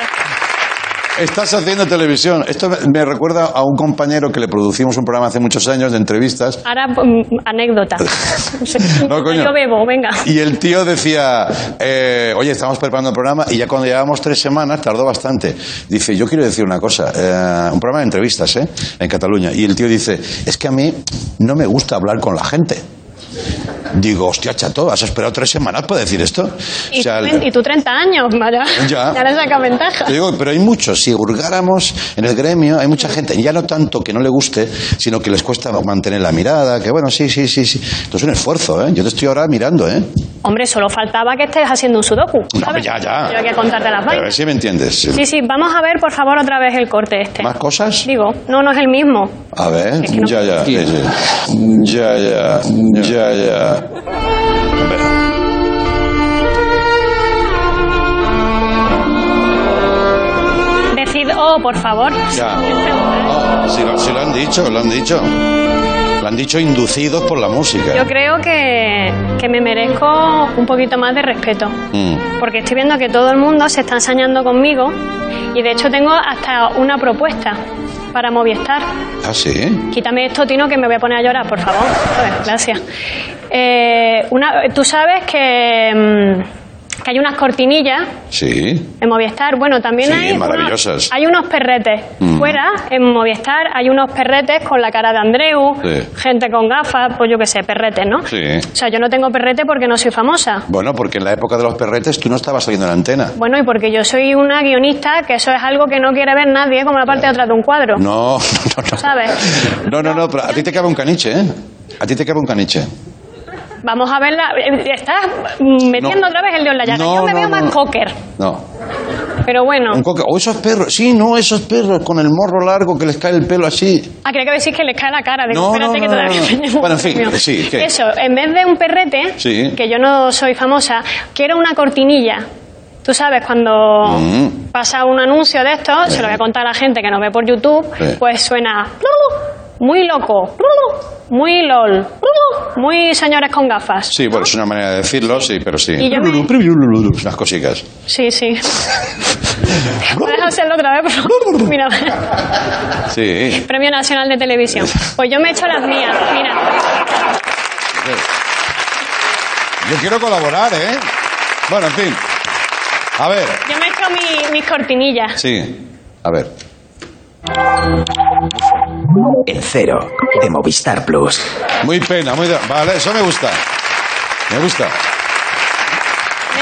Speaker 2: Estás haciendo televisión. Esto me- me recuerda a un compañero que le producimos un programa hace muchos años de entrevistas
Speaker 7: Ahora, mm, anécdota.
Speaker 2: No, coño.
Speaker 7: Yo bebo, venga.
Speaker 2: Y el tío decía, eh, oye, estamos preparando el programa y ya cuando llevábamos tres semanas tardó bastante. Dice, yo quiero decir una cosa, eh, un programa de entrevistas, ¿eh? En Cataluña. Y el tío dice, es que a mí no me gusta hablar con la gente. Digo, hostia, chato, has esperado tres semanas para decir esto.
Speaker 7: Y,
Speaker 2: O sea,
Speaker 7: tú
Speaker 2: el-
Speaker 7: tre- y tú 30 años, vaya.
Speaker 2: Ya.
Speaker 7: Ahora saca ventaja.
Speaker 2: yo digo, pero hay muchos, si hurgáramos en el gremio, hay mucha gente, ya no tanto que no le guste, sino que les cuesta mantener la mirada, que bueno, sí, sí, sí, sí. Esto es un esfuerzo, ¿eh? Yo te estoy ahora mirando, ¿eh?
Speaker 7: Hombre, solo faltaba que estés haciendo un sudoku.
Speaker 2: No,
Speaker 7: ¿sabes?
Speaker 2: ya, ya.
Speaker 7: Pero hay que contarte las
Speaker 2: Pero a ver
Speaker 7: vainas.
Speaker 2: si me entiendes.
Speaker 7: Sí, sí, vamos a ver, por favor, otra vez el corte este.
Speaker 2: ¿Más cosas?
Speaker 7: Digo, no, no es el mismo.
Speaker 2: A ver,
Speaker 7: Es que no.
Speaker 2: ya, ya, sí, sí. ya, ya, ya, ya.
Speaker 7: Decid, oh, por favor.
Speaker 2: Ya. Oh, sí, lo, sí lo han dicho, lo han dicho. Lo han dicho inducidos por la
Speaker 7: Yo
Speaker 2: música.
Speaker 7: creo que, que me merezco un poquito más de respeto.
Speaker 2: Mm.
Speaker 7: Porque estoy viendo que todo el mundo se está ensañando conmigo. Y de hecho tengo hasta una propuesta para Movistar.
Speaker 2: Ah, sí.
Speaker 7: Quítame esto, Tino, que me voy a poner a llorar, por favor. A ver, gracias. Eh, una, tú sabes que, mm, que hay unas cortinillas
Speaker 2: Sí.
Speaker 7: en Movistar. Bueno, también
Speaker 2: Sí,
Speaker 7: hay, unos-
Speaker 2: maravillosas.
Speaker 7: hay unos perretes.
Speaker 2: Mm.
Speaker 7: Fuera, en Movistar, hay unos perretes con la cara de Andreu,
Speaker 2: Sí.
Speaker 7: gente con gafas, pues yo qué sé, perretes, ¿no?
Speaker 2: Sí.
Speaker 7: O sea, yo no tengo perrete porque no soy famosa.
Speaker 2: Bueno, porque en la época de los perretes tú no estabas saliendo en la antena.
Speaker 7: Bueno, y porque yo soy una guionista, que eso es algo que no quiere ver nadie, como la parte de atrás de un cuadro.
Speaker 2: No, no, no.
Speaker 7: ¿Sabes?
Speaker 2: No, no, no, pero a ti te cabe un caniche, ¿eh? A ti te cabe un caniche.
Speaker 7: Vamos a verla. eh, Estás mm, metiendo
Speaker 2: No.
Speaker 7: otra vez el dedo en la llaga.
Speaker 2: No,
Speaker 7: yo me
Speaker 2: no,
Speaker 7: veo
Speaker 2: no,
Speaker 7: más
Speaker 2: no.
Speaker 7: cocker.
Speaker 2: No.
Speaker 7: Pero bueno.
Speaker 2: Un coca. O esos perros. Sí, no, esos perros con el morro largo que les cae el pelo así.
Speaker 7: Ah, creo que decís que les cae la cara. Digo,
Speaker 2: No,
Speaker 7: espérate
Speaker 2: no,
Speaker 7: que
Speaker 2: no,
Speaker 7: todavía
Speaker 2: no, no.
Speaker 7: tenemos
Speaker 2: Bueno, en fin,
Speaker 7: premio.
Speaker 2: sí, ¿qué?
Speaker 7: Eso, en vez de un perrete,
Speaker 2: Sí.
Speaker 7: que yo no soy famosa, quiero una cortinilla. Tú sabes, cuando
Speaker 2: Mm.
Speaker 7: pasa un anuncio de esto, se lo voy a contar a la gente que nos ve por YouTube,
Speaker 2: Sí.
Speaker 7: pues suena muy loco, muy lol, muy señores con gafas.
Speaker 2: Sí, bueno, es una manera de decirlo, sí, pero sí.
Speaker 7: Y yo me-
Speaker 2: Unas cositas.
Speaker 7: Sí, sí. ¿Puedes hacerlo otra vez, por favor? Mira,
Speaker 2: Sí.
Speaker 7: Premio Nacional de Televisión. Pues yo me echo las mías, mira.
Speaker 2: Yo quiero colaborar, ¿eh? Bueno, en fin. A ver,
Speaker 7: Yo me echo mi- mis cortinillas.
Speaker 2: sí. A ver.
Speaker 9: El cero de Movistar Plus.
Speaker 2: Muy pena, muy... Vale, eso me gusta. Me gusta.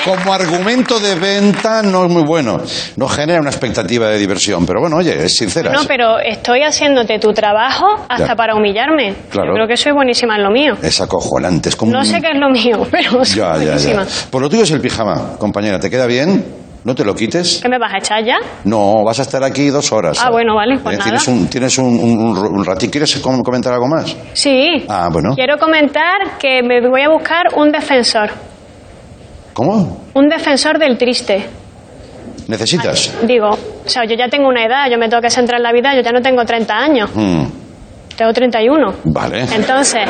Speaker 2: Como argumento de venta no es muy bueno. No genera una expectativa de diversión, pero bueno, oye, es sincera.
Speaker 7: No, pero estoy haciéndote tu trabajo hasta
Speaker 2: Ya.
Speaker 7: para humillarme.
Speaker 2: Claro.
Speaker 7: Yo creo que soy buenísima en lo mío.
Speaker 2: Es acojonante, es como...
Speaker 7: No
Speaker 2: un-
Speaker 7: sé qué es lo mío, pero soy
Speaker 2: Ya, ya,
Speaker 7: buenísima.
Speaker 2: ya. Por lo tuyo es el pijama, compañera. ¿Te queda bien? ¿No te lo quites?
Speaker 7: ¿Qué me vas a echar ya?
Speaker 2: No, vas a estar aquí dos horas. ¿Eh?
Speaker 7: Ah, bueno, vale, pues nada.
Speaker 2: Tienes un, tienes un, un- un ro- un ratito. ¿Quieres com- comentar algo más?
Speaker 7: Sí.
Speaker 2: Ah, bueno.
Speaker 7: Quiero comentar que me voy a buscar un defensor.
Speaker 2: ¿Cómo?
Speaker 7: Un defensor del triste.
Speaker 2: ¿Necesitas?
Speaker 7: Digo, o sea, yo ya tengo una edad, yo me tengo que centrar en la vida, yo ya no tengo 30 años,
Speaker 2: Mm,
Speaker 7: tengo 31.
Speaker 2: vale.
Speaker 7: Entonces,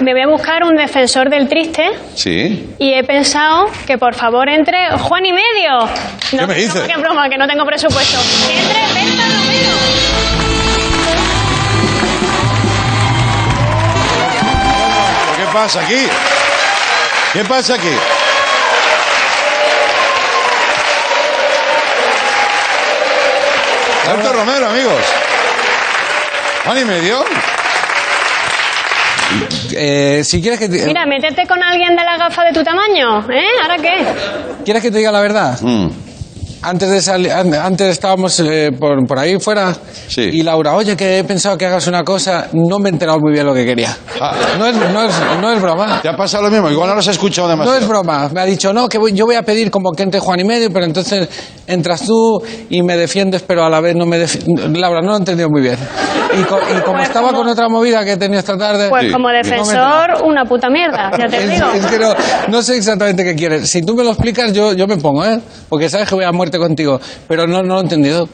Speaker 7: me voy a buscar un defensor del triste
Speaker 2: Sí.
Speaker 7: y he pensado que por favor entre Juan y medio.
Speaker 2: ¿Qué me dices?
Speaker 7: Que broma, que no tengo presupuesto. Que entre Berta Romero.
Speaker 2: ¿Pero ¿Qué pasa aquí? ¿Qué pasa aquí? Alberto Romero, amigos. Ánime, Dios.
Speaker 8: Eh, si quieres que, te,
Speaker 7: Mira, meterte con alguien de la gafa de tu tamaño, ¿eh? ¿Ahora qué?
Speaker 8: ¿Quieres que te diga la verdad?
Speaker 2: Mm.
Speaker 8: Antes de salir, an- antes estábamos eh, por, por ahí fuera
Speaker 2: Sí.
Speaker 8: y Laura, oye, que he pensado que hagas una cosa, no me he enterado muy bien lo que quería.
Speaker 2: Ah.
Speaker 8: No, es, no, es, no es broma.
Speaker 2: ¿Te ha pasado lo mismo? Igual ahora se ha escuchado
Speaker 8: No
Speaker 2: demasiado.
Speaker 8: es broma. Me ha dicho, no, que voy- yo voy a pedir como que entre Juan y medio, pero entonces entras tú y me defiendes, pero a la vez no me defiendes. Laura, no lo he entendido muy bien. Y, co- y como
Speaker 7: Pues
Speaker 8: estaba
Speaker 7: como-
Speaker 8: con otra movida que he tenido esta tarde...
Speaker 7: Pues
Speaker 2: Sí.
Speaker 7: como
Speaker 8: no me he enterado.
Speaker 7: defensor, una puta mierda, ya te
Speaker 8: Es,
Speaker 7: digo.
Speaker 8: es que no, no sé exactamente qué quieres. Si tú me lo explicas, yo, yo me pongo, ¿eh? Porque sabes que voy a muerte contigo. Pero no, no lo he entendido.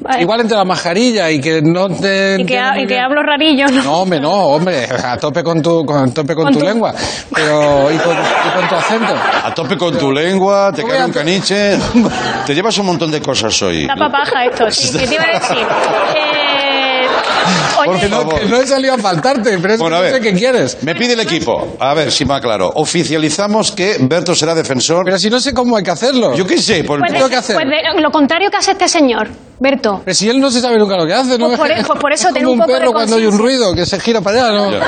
Speaker 7: Vale.
Speaker 8: Igual entre la mascarilla y que no te.
Speaker 7: y que,
Speaker 8: entiendo
Speaker 7: ha-
Speaker 8: muy
Speaker 7: y que
Speaker 8: bien.
Speaker 7: hablo rarillo, ¿no?
Speaker 8: No, hombre, no, hombre, a tope con tu, con, a tope con
Speaker 7: Con
Speaker 8: tu,
Speaker 7: tu-
Speaker 8: lengua. Pero, y con, y con tu acento.
Speaker 2: A tope con tu lengua, te
Speaker 8: No
Speaker 2: cae
Speaker 8: voy a-
Speaker 2: un caniche. Te llevas un montón de cosas hoy.
Speaker 7: Tapa paja esto, sí, que te iba a decir. Eh,
Speaker 2: Por
Speaker 7: oye,
Speaker 8: Que no,
Speaker 2: favor.
Speaker 8: que no he salido a faltarte, pero es
Speaker 2: Bueno, a
Speaker 8: que no sé
Speaker 2: ver.
Speaker 8: qué quieres.
Speaker 2: Me pide el equipo. A ver si me aclaro. Oficializamos que Berto será defensor.
Speaker 8: Pero si no sé cómo hay que hacerlo.
Speaker 2: Yo qué sé, por...
Speaker 7: pues, de-
Speaker 8: tengo que hacer.
Speaker 7: pues de- lo contrario que hace este señor, Berto.
Speaker 8: Pero si él no se sabe nunca lo que hace, ¿no?
Speaker 7: Pues por-
Speaker 8: Es que-
Speaker 7: pues por eso
Speaker 8: es
Speaker 7: ten
Speaker 8: como
Speaker 7: un
Speaker 8: un
Speaker 7: poco de
Speaker 8: perro cuando hay un
Speaker 7: conciencia.
Speaker 8: ruido que se gira para allá, ¿no?
Speaker 2: Ya.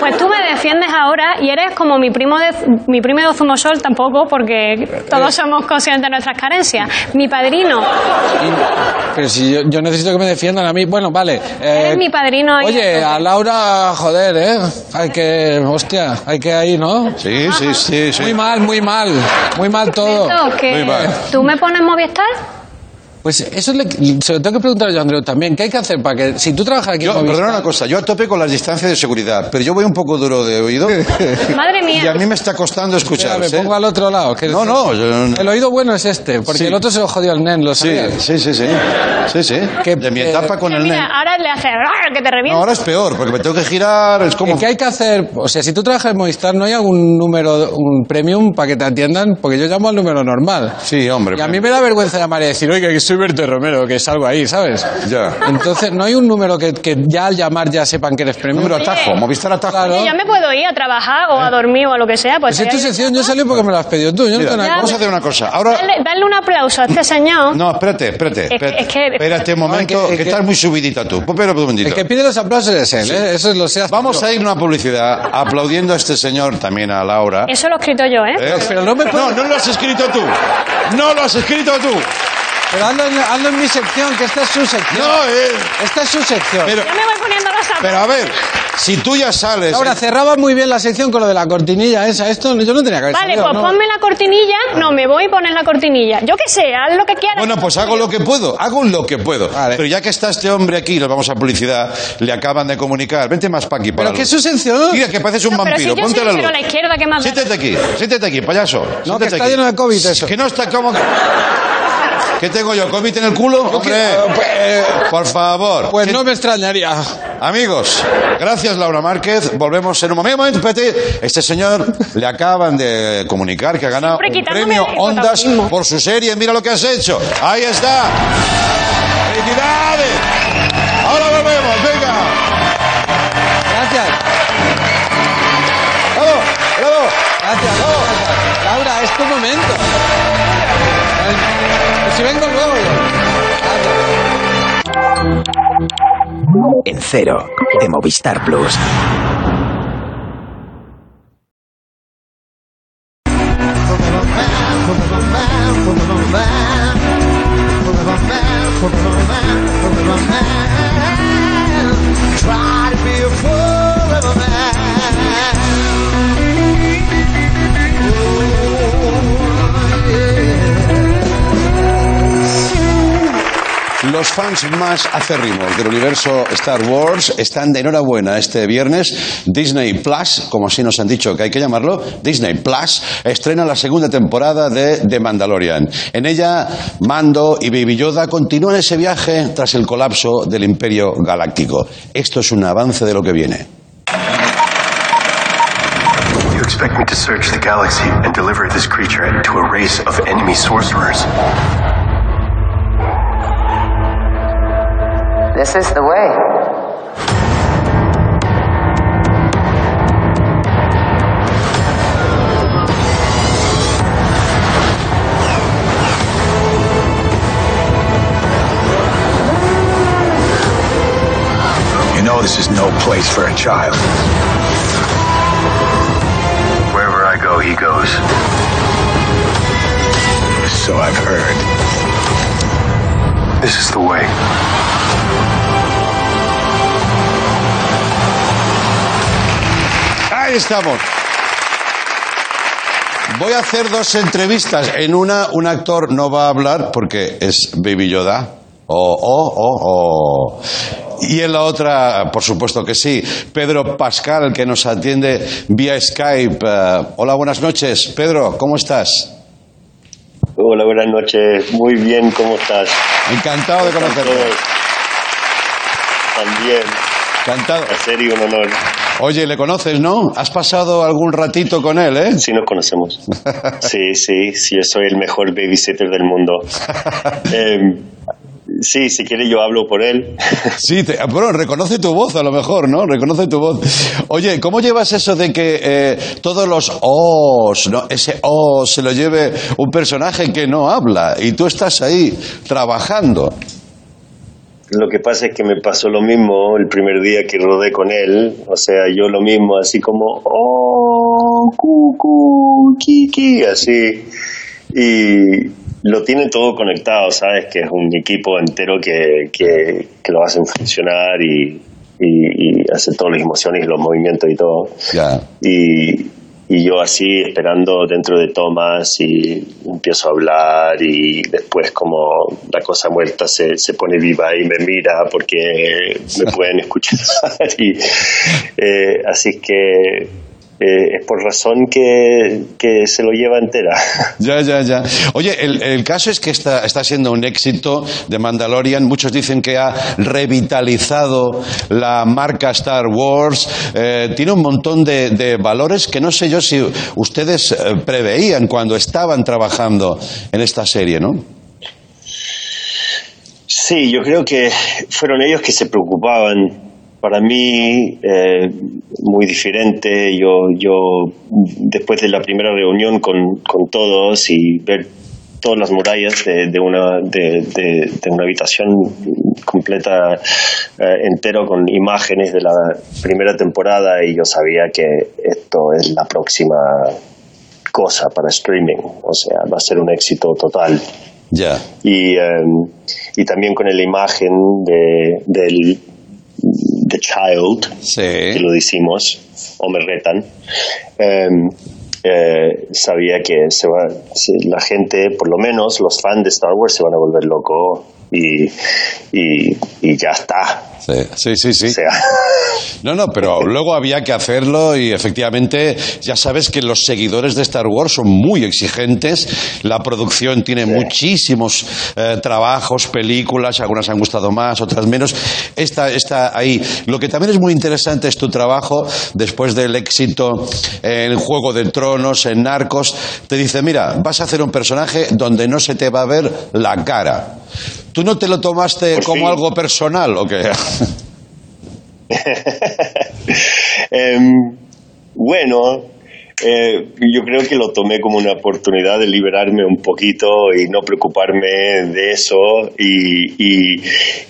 Speaker 7: Pues tú me defiendes ahora y eres como mi primo de mi primo de Zumosol tampoco, porque todos somos conscientes de nuestras carencias. Mi padrino,
Speaker 8: Y- pero si yo, yo necesito que me defiendan a mí. Bueno, vale. eh,
Speaker 7: Eres mi padrino ahí,
Speaker 8: Oye,
Speaker 7: entonces.
Speaker 8: a Laura, joder, ¿eh? Hay que. Hostia, hay que ahí, ¿no?
Speaker 2: Sí, sí, sí, sí.
Speaker 8: Muy mal, muy mal. Muy mal todo.
Speaker 7: Berto,
Speaker 2: Muy
Speaker 7: que
Speaker 2: mal.
Speaker 7: tú me pones Movistar,
Speaker 8: Pues eso le- se lo tengo que preguntar yo a Andreu también. ¿Qué hay que hacer para que. Si tú trabajas aquí.
Speaker 2: Yo,
Speaker 8: en Movistar-
Speaker 2: perdona una cosa, yo a tope con las distancias de seguridad, pero yo voy un poco duro de oído
Speaker 7: madre
Speaker 2: y
Speaker 7: mía.
Speaker 2: a mí me está costando
Speaker 8: Espera,
Speaker 2: escuchar. ¿eh?
Speaker 8: me pongo al otro lado. que-
Speaker 2: No, no, yo no-
Speaker 8: El oído bueno es este, porque
Speaker 2: Sí.
Speaker 8: el otro se lo jodió el nen, lo
Speaker 2: Sí,
Speaker 8: sabía.
Speaker 2: sí, sí, sí. sí, sí.
Speaker 8: Que-
Speaker 2: de mi
Speaker 8: eh,
Speaker 2: etapa con el
Speaker 7: Mira,
Speaker 2: NEM.
Speaker 7: ahora le hace "Rar", que te
Speaker 2: No,
Speaker 7: reviento.
Speaker 2: ahora es peor, porque me tengo que girar, es como...
Speaker 8: ¿Qué hay que hacer? O sea, si tú trabajas en Movistar, ¿no hay algún número, un premium para que te atiendan? Porque yo llamo al número normal.
Speaker 2: Sí, hombre.
Speaker 8: Y a mí me da vergüenza llamar y decir, oiga, que soy Berto Romero, que salgo ahí, ¿sabes?
Speaker 2: Ya.
Speaker 8: Entonces, no hay un número que, que ya al llamar ya sepan que eres premium.
Speaker 2: Número atajo, Movistar atajo.
Speaker 8: Claro.
Speaker 7: Oye, ya me puedo ir a trabajar o a
Speaker 2: Eh.
Speaker 7: dormir o a lo que sea. Pues
Speaker 8: Si es tu
Speaker 7: ahí-
Speaker 8: sección, yo salí porque me lo has pedido tú. Yo no
Speaker 2: Mira,
Speaker 8: tengo nada que
Speaker 2: vamos a hacer una cosa. Ahora...
Speaker 7: eh, Dale, dale un aplauso a este señor.
Speaker 2: No, espérate, espérate.
Speaker 7: que-
Speaker 2: espérate.
Speaker 7: es que-
Speaker 2: Espérate un
Speaker 8: No, es
Speaker 2: momento,
Speaker 8: que-
Speaker 2: que,
Speaker 8: es que-
Speaker 2: estás muy subidita tú. Pero un momentito.
Speaker 8: El que pide los aplausos es él, ¿eh? Eso lo seas.
Speaker 2: Vamos a ir a una publicidad aplaudiendo a este señor, también a Laura.
Speaker 7: Eso lo he escrito yo, ¿eh?
Speaker 2: ¿Eh?
Speaker 8: Pero no me
Speaker 2: no,
Speaker 8: puedes-
Speaker 2: no lo has escrito tú. No lo has escrito tú.
Speaker 8: Pero ando en, ando en mi sección, que esta es su sección.
Speaker 2: No, eh,
Speaker 8: Esta es su sección.
Speaker 2: pero,
Speaker 7: Ya me voy poniendo los
Speaker 2: pero a ver, si tú ya sales. eh,
Speaker 8: Ahora, cerraba muy bien la sección con lo de la cortinilla esa. Esto yo no tenía que haber
Speaker 7: Vale,
Speaker 8: salido,
Speaker 7: pues
Speaker 8: ¿no?
Speaker 7: ponme la cortinilla. No, me voy y pones la cortinilla. Yo qué sé, haz lo que quieras.
Speaker 2: Bueno, pues hago lo que puedo, hago lo que puedo.
Speaker 8: Vale.
Speaker 2: Pero ya que está este hombre aquí, lo vamos a publicidad, le acaban de comunicar. Vente más pa' aquí, para
Speaker 8: Pero que es su sección.
Speaker 2: Mira, que pareces un
Speaker 7: No, pero si
Speaker 2: vampiro,
Speaker 7: yo
Speaker 2: ponte
Speaker 7: soy
Speaker 2: la
Speaker 7: ligero
Speaker 2: luz.
Speaker 7: a la izquierda, ¿qué más da?
Speaker 2: Siéntate aquí, siéntate aquí, payaso.
Speaker 8: No,
Speaker 2: siéntate
Speaker 8: que está
Speaker 2: aquí.
Speaker 8: lleno de COVID eso.
Speaker 2: Que no está como... ¿Qué tengo yo, COVID en el culo? Hombre, Pues,
Speaker 8: Eh,
Speaker 2: por favor.
Speaker 8: Pues
Speaker 2: ¿Qué-
Speaker 8: no me extrañaría.
Speaker 2: Amigos, gracias Laura Márquez. Volvemos en un momento. Un momento, espérate. Este señor le acaban de comunicar que ha ganado
Speaker 7: Siempre
Speaker 2: un
Speaker 7: quitándome
Speaker 2: premio
Speaker 7: el
Speaker 2: Ondas
Speaker 7: protagonismo.
Speaker 2: por su serie. Mira lo que has hecho. Ahí está. ¡Felicidades! Ahora volvemos, venga.
Speaker 8: Gracias,
Speaker 2: ¡Bravo! ¡Bravo!
Speaker 8: gracias. Laura, es tu momento. Pues Si vengo luego.
Speaker 9: En cero de Movistar Plus.
Speaker 2: Los fans más acérrimos del universo Star Wars están de enhorabuena este viernes. Disney Plus, como así nos han dicho que hay que llamarlo, Disney Plus estrena la segunda temporada de The Mandalorian. En ella, Mando y Baby Yoda continúan ese viaje tras el colapso del Imperio Galáctico. Esto es un avance de lo que viene.
Speaker 10: You expect me to search the galaxy and deliver this creature to a race of enemy sorcerers.
Speaker 11: This is the way.
Speaker 10: no place for a child. Wherever I go, he goes. So I've heard. This is the way.
Speaker 2: Ahí estamos. Voy a hacer dos entrevistas. En una, un actor no va a hablar porque es Baby Yoda. Oh, oh, oh, oh. Y en la otra, por supuesto que sí, Pedro Pascal, que nos atiende vía Skype. Eh, hola, buenas noches. Pedro, ¿cómo estás?
Speaker 11: Hola, buenas noches. Muy bien, ¿cómo estás?
Speaker 2: Encantado de conocerte.
Speaker 11: También.
Speaker 2: Encantado.
Speaker 11: En serio, un honor.
Speaker 2: Oye, le conoces, ¿no? Has pasado algún ratito con él, ¿eh?
Speaker 11: Sí, nos conocemos. Sí, sí, sí, yo soy el mejor babysitter del mundo. Eh, sí, si quiere yo hablo por él.
Speaker 2: Sí, te- bueno, reconoce tu voz a lo mejor, ¿no? Reconoce tu voz. Oye, ¿cómo llevas eso de que eh, todos los os, ¿no? ese o se lo lleve un personaje que no habla y tú estás ahí trabajando?
Speaker 11: Lo que pasa es que me pasó lo mismo el primer día que rodé con él. O sea, yo lo mismo, así como, oh, cucu, kiki, así. Y lo tiene todo conectado, ¿sabes? Que es un equipo entero que, que, que lo hacen funcionar y, y, y hace todas las emociones y los movimientos y todo.
Speaker 2: Ya.
Speaker 11: Y, y yo así esperando dentro de tomas y empiezo a hablar y después como la cosa muerta se, se pone viva y me mira porque me pueden escuchar. y, eh, así que eh, es por razón que, que se lo lleva entera.
Speaker 2: Ya, ya, ya. Oye, el, el caso es que está, está siendo un éxito de Mandalorian. Muchos dicen que ha revitalizado la marca Star Wars. Eh, tiene un montón de, de valores que no sé yo si ustedes eh, preveían cuando estaban trabajando en esta serie, ¿no?
Speaker 11: Sí, yo creo que fueron ellos que se preocupaban. Para mí, eh, muy diferente. Yo, yo, después de la primera reunión con, con todos y ver todas las murallas de, de una, de, de- de una habitación completa, eh, entero con imágenes de la primera temporada, y yo sabía que esto es la próxima cosa para streaming. O sea, va a ser un éxito total
Speaker 2: Ya.
Speaker 11: y, em, y también con la imagen de, del The Child, que lo hicimos, o me retan, em, eh, sabía que se va, se- la gente, por lo menos los fans de Star Wars, se van a volver loco y, y, y ya está.
Speaker 2: Sí, sí, sí.
Speaker 11: O sea,
Speaker 2: No, no, pero luego había que hacerlo y efectivamente ya sabes que los seguidores de Star Wars son muy exigentes. La producción tiene muchísimos eh, trabajos, películas, algunas han gustado más, otras menos. Esta está ahí. Lo que también es muy interesante es tu trabajo después del éxito en Juego de Tronos, en Narcos. Te dice, mira, vas a hacer un personaje donde no se te va a ver la cara. ¿Tú no te lo tomaste
Speaker 11: Por
Speaker 2: como
Speaker 11: fin.
Speaker 2: algo personal o qué?
Speaker 11: Em, bueno, eh, yo creo que lo tomé como una oportunidad de liberarme un poquito y no preocuparme de eso. Y, y-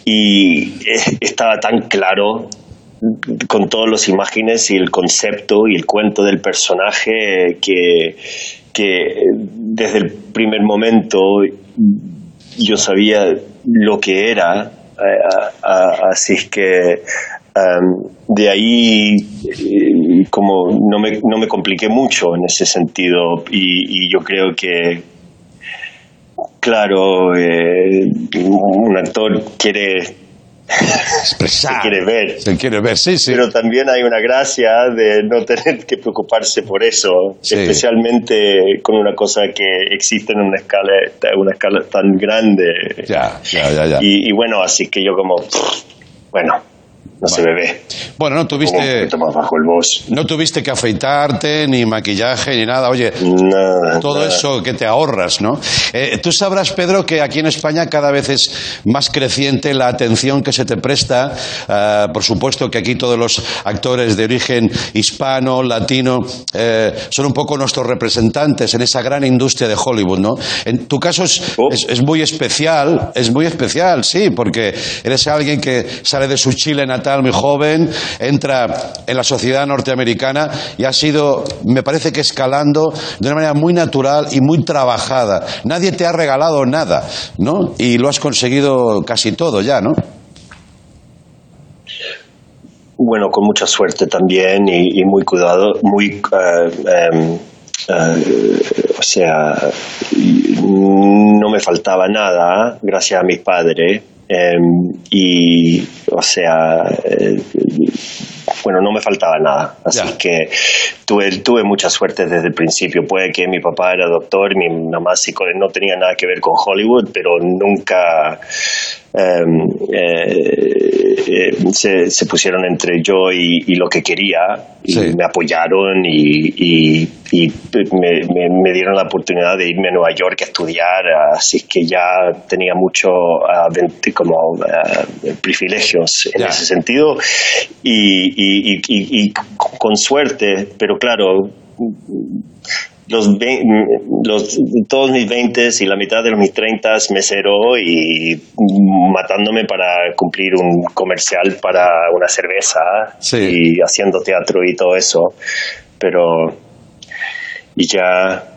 Speaker 11: y, eh, estaba tan claro con todas las imágenes y el concepto y el cuento del personaje que, que eh, desde el primer momento yo sabía lo que era, eh, a- a- así es que am, de ahí eh, como no me, no me compliqué mucho en ese sentido y, y yo creo que claro eh, un actor quiere
Speaker 2: Expresar.
Speaker 11: se quiere ver
Speaker 2: Se quiere ver, sí, sí.
Speaker 11: pero también hay una gracia de no tener que preocuparse por eso,
Speaker 2: Sí.
Speaker 11: especialmente con una cosa que existe en una escala, una escala tan grande.
Speaker 2: Ya, ya, ya, ya.
Speaker 11: Y, y bueno, así que yo como, pff, bueno, no se me ve,
Speaker 2: Bueno, no
Speaker 11: como un
Speaker 2: tuviste,
Speaker 11: poquito más bajo el voz.
Speaker 2: no tuviste que afeitarte, ni maquillaje, ni nada. Oye,
Speaker 11: Nada,
Speaker 2: todo
Speaker 11: nada.
Speaker 2: eso que te ahorras, ¿no? Eh, Tú sabrás, Pedro, que aquí en España cada vez es más creciente la atención que se te presta. Ah, por supuesto que aquí todos los actores de origen hispano, latino, eh, son un poco nuestros representantes en esa gran industria de Hollywood, ¿no? En tu caso es,
Speaker 11: Oh.
Speaker 2: es- es muy especial, es muy especial, sí, porque eres alguien que sale de su Chile natal experimental, muy joven, entra en la sociedad norteamericana y ha sido, me parece que escalando de una manera muy natural y muy trabajada. Nadie te ha regalado nada, ¿no? Y lo has conseguido casi todo ya, ¿no?
Speaker 11: Bueno, con mucha suerte también y, y muy cuidado, muy... eh, em, eh, o sea, no me faltaba nada gracias a mis padres. eh, y, o sea, eh, bueno, no me faltaba nada. Así que tuve, tuve mucha suerte desde el principio. Puede que mi papá era doctor, mi mamá psicóloga, no tenía nada que ver con Hollywood, pero nunca em, eh, eh, se, se pusieron entre yo y, y lo que quería. Y me apoyaron y, y- y pues, me, me- me dieron la oportunidad de irme a Nueva York a estudiar. Así que ya tenía mucho ah, ven- como ah, privilegios en ese sentido. Y, y- y- y- y con suerte, pero claro, los, ve- los- todos mis 20 y la mitad de mis 30 mesero y matándome para cumplir un comercial para una cerveza y haciendo teatro y todo eso. Pero. Y ya.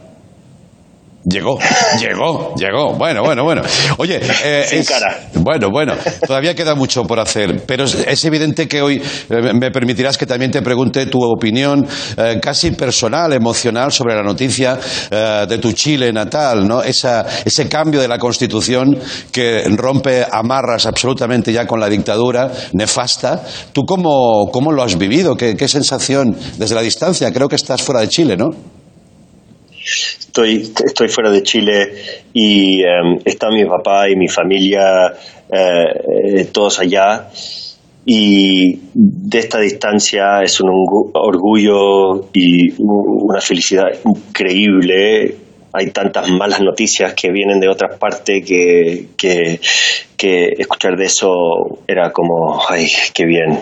Speaker 2: Llegó, llegó, llegó. Bueno, bueno, bueno. Oye, eh,
Speaker 11: Sin
Speaker 2: es-
Speaker 11: cara.
Speaker 2: bueno, bueno, todavía queda mucho por hacer, pero es, es evidente que hoy eh, me permitirás que también te pregunte tu opinión eh, casi personal, emocional, sobre la noticia eh, de tu Chile natal, ¿no? Esa, ese cambio de la Constitución que rompe amarras absolutamente ya con la dictadura nefasta. ¿Tú cómo, cómo lo has vivido? ¿Qué, ¿Qué sensación desde la distancia? Creo que estás fuera de Chile, ¿no?
Speaker 11: estoy, estoy fuera de Chile y em, está mi papá y mi familia, eh, eh, todos allá. Y de esta distancia es un orgu- orgullo y u- una felicidad increíble. Hay tantas malas noticias que vienen de otras partes que, que, que escuchar de eso era como, ay, qué bien.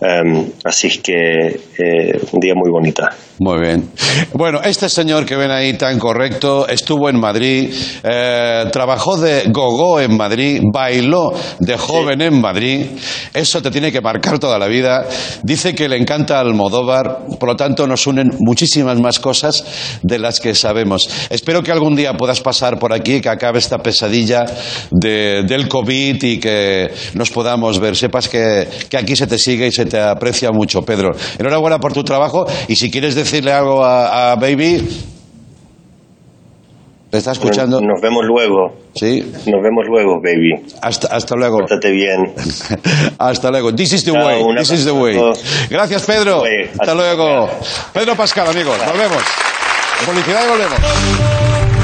Speaker 11: Em, así es que eh, un día muy bonita.
Speaker 2: Muy bien. Bueno, este señor que ven ahí tan correcto estuvo en Madrid, eh, trabajó de gogó en Madrid, bailó de joven en Madrid. Eso te tiene que marcar toda la vida. Dice que le encanta Almodóvar, por lo tanto nos unen muchísimas más cosas de las que sabemos. Espero que algún día puedas pasar por aquí, que acabe esta pesadilla de- del COVID y que nos podamos ver. Sepas que, que aquí se te sigue y se te aprecia mucho, Pedro. Enhorabuena por tu trabajo y si quieres decirle algo a, a Baby, ¿te está escuchando?
Speaker 11: Nos vemos luego.
Speaker 2: Sí.
Speaker 11: Nos vemos luego, baby.
Speaker 2: Hasta, hasta luego.
Speaker 11: Pórtate bien.
Speaker 2: Hasta luego. This is the
Speaker 11: Chao,
Speaker 2: way.
Speaker 11: un
Speaker 2: This is the
Speaker 11: abrazo a
Speaker 2: way.
Speaker 11: todos.
Speaker 2: Gracias, Pedro.
Speaker 11: Oye,
Speaker 2: Hasta luego. Pedro Pascal, amigos. Volvemos. Publicidad y volvemos.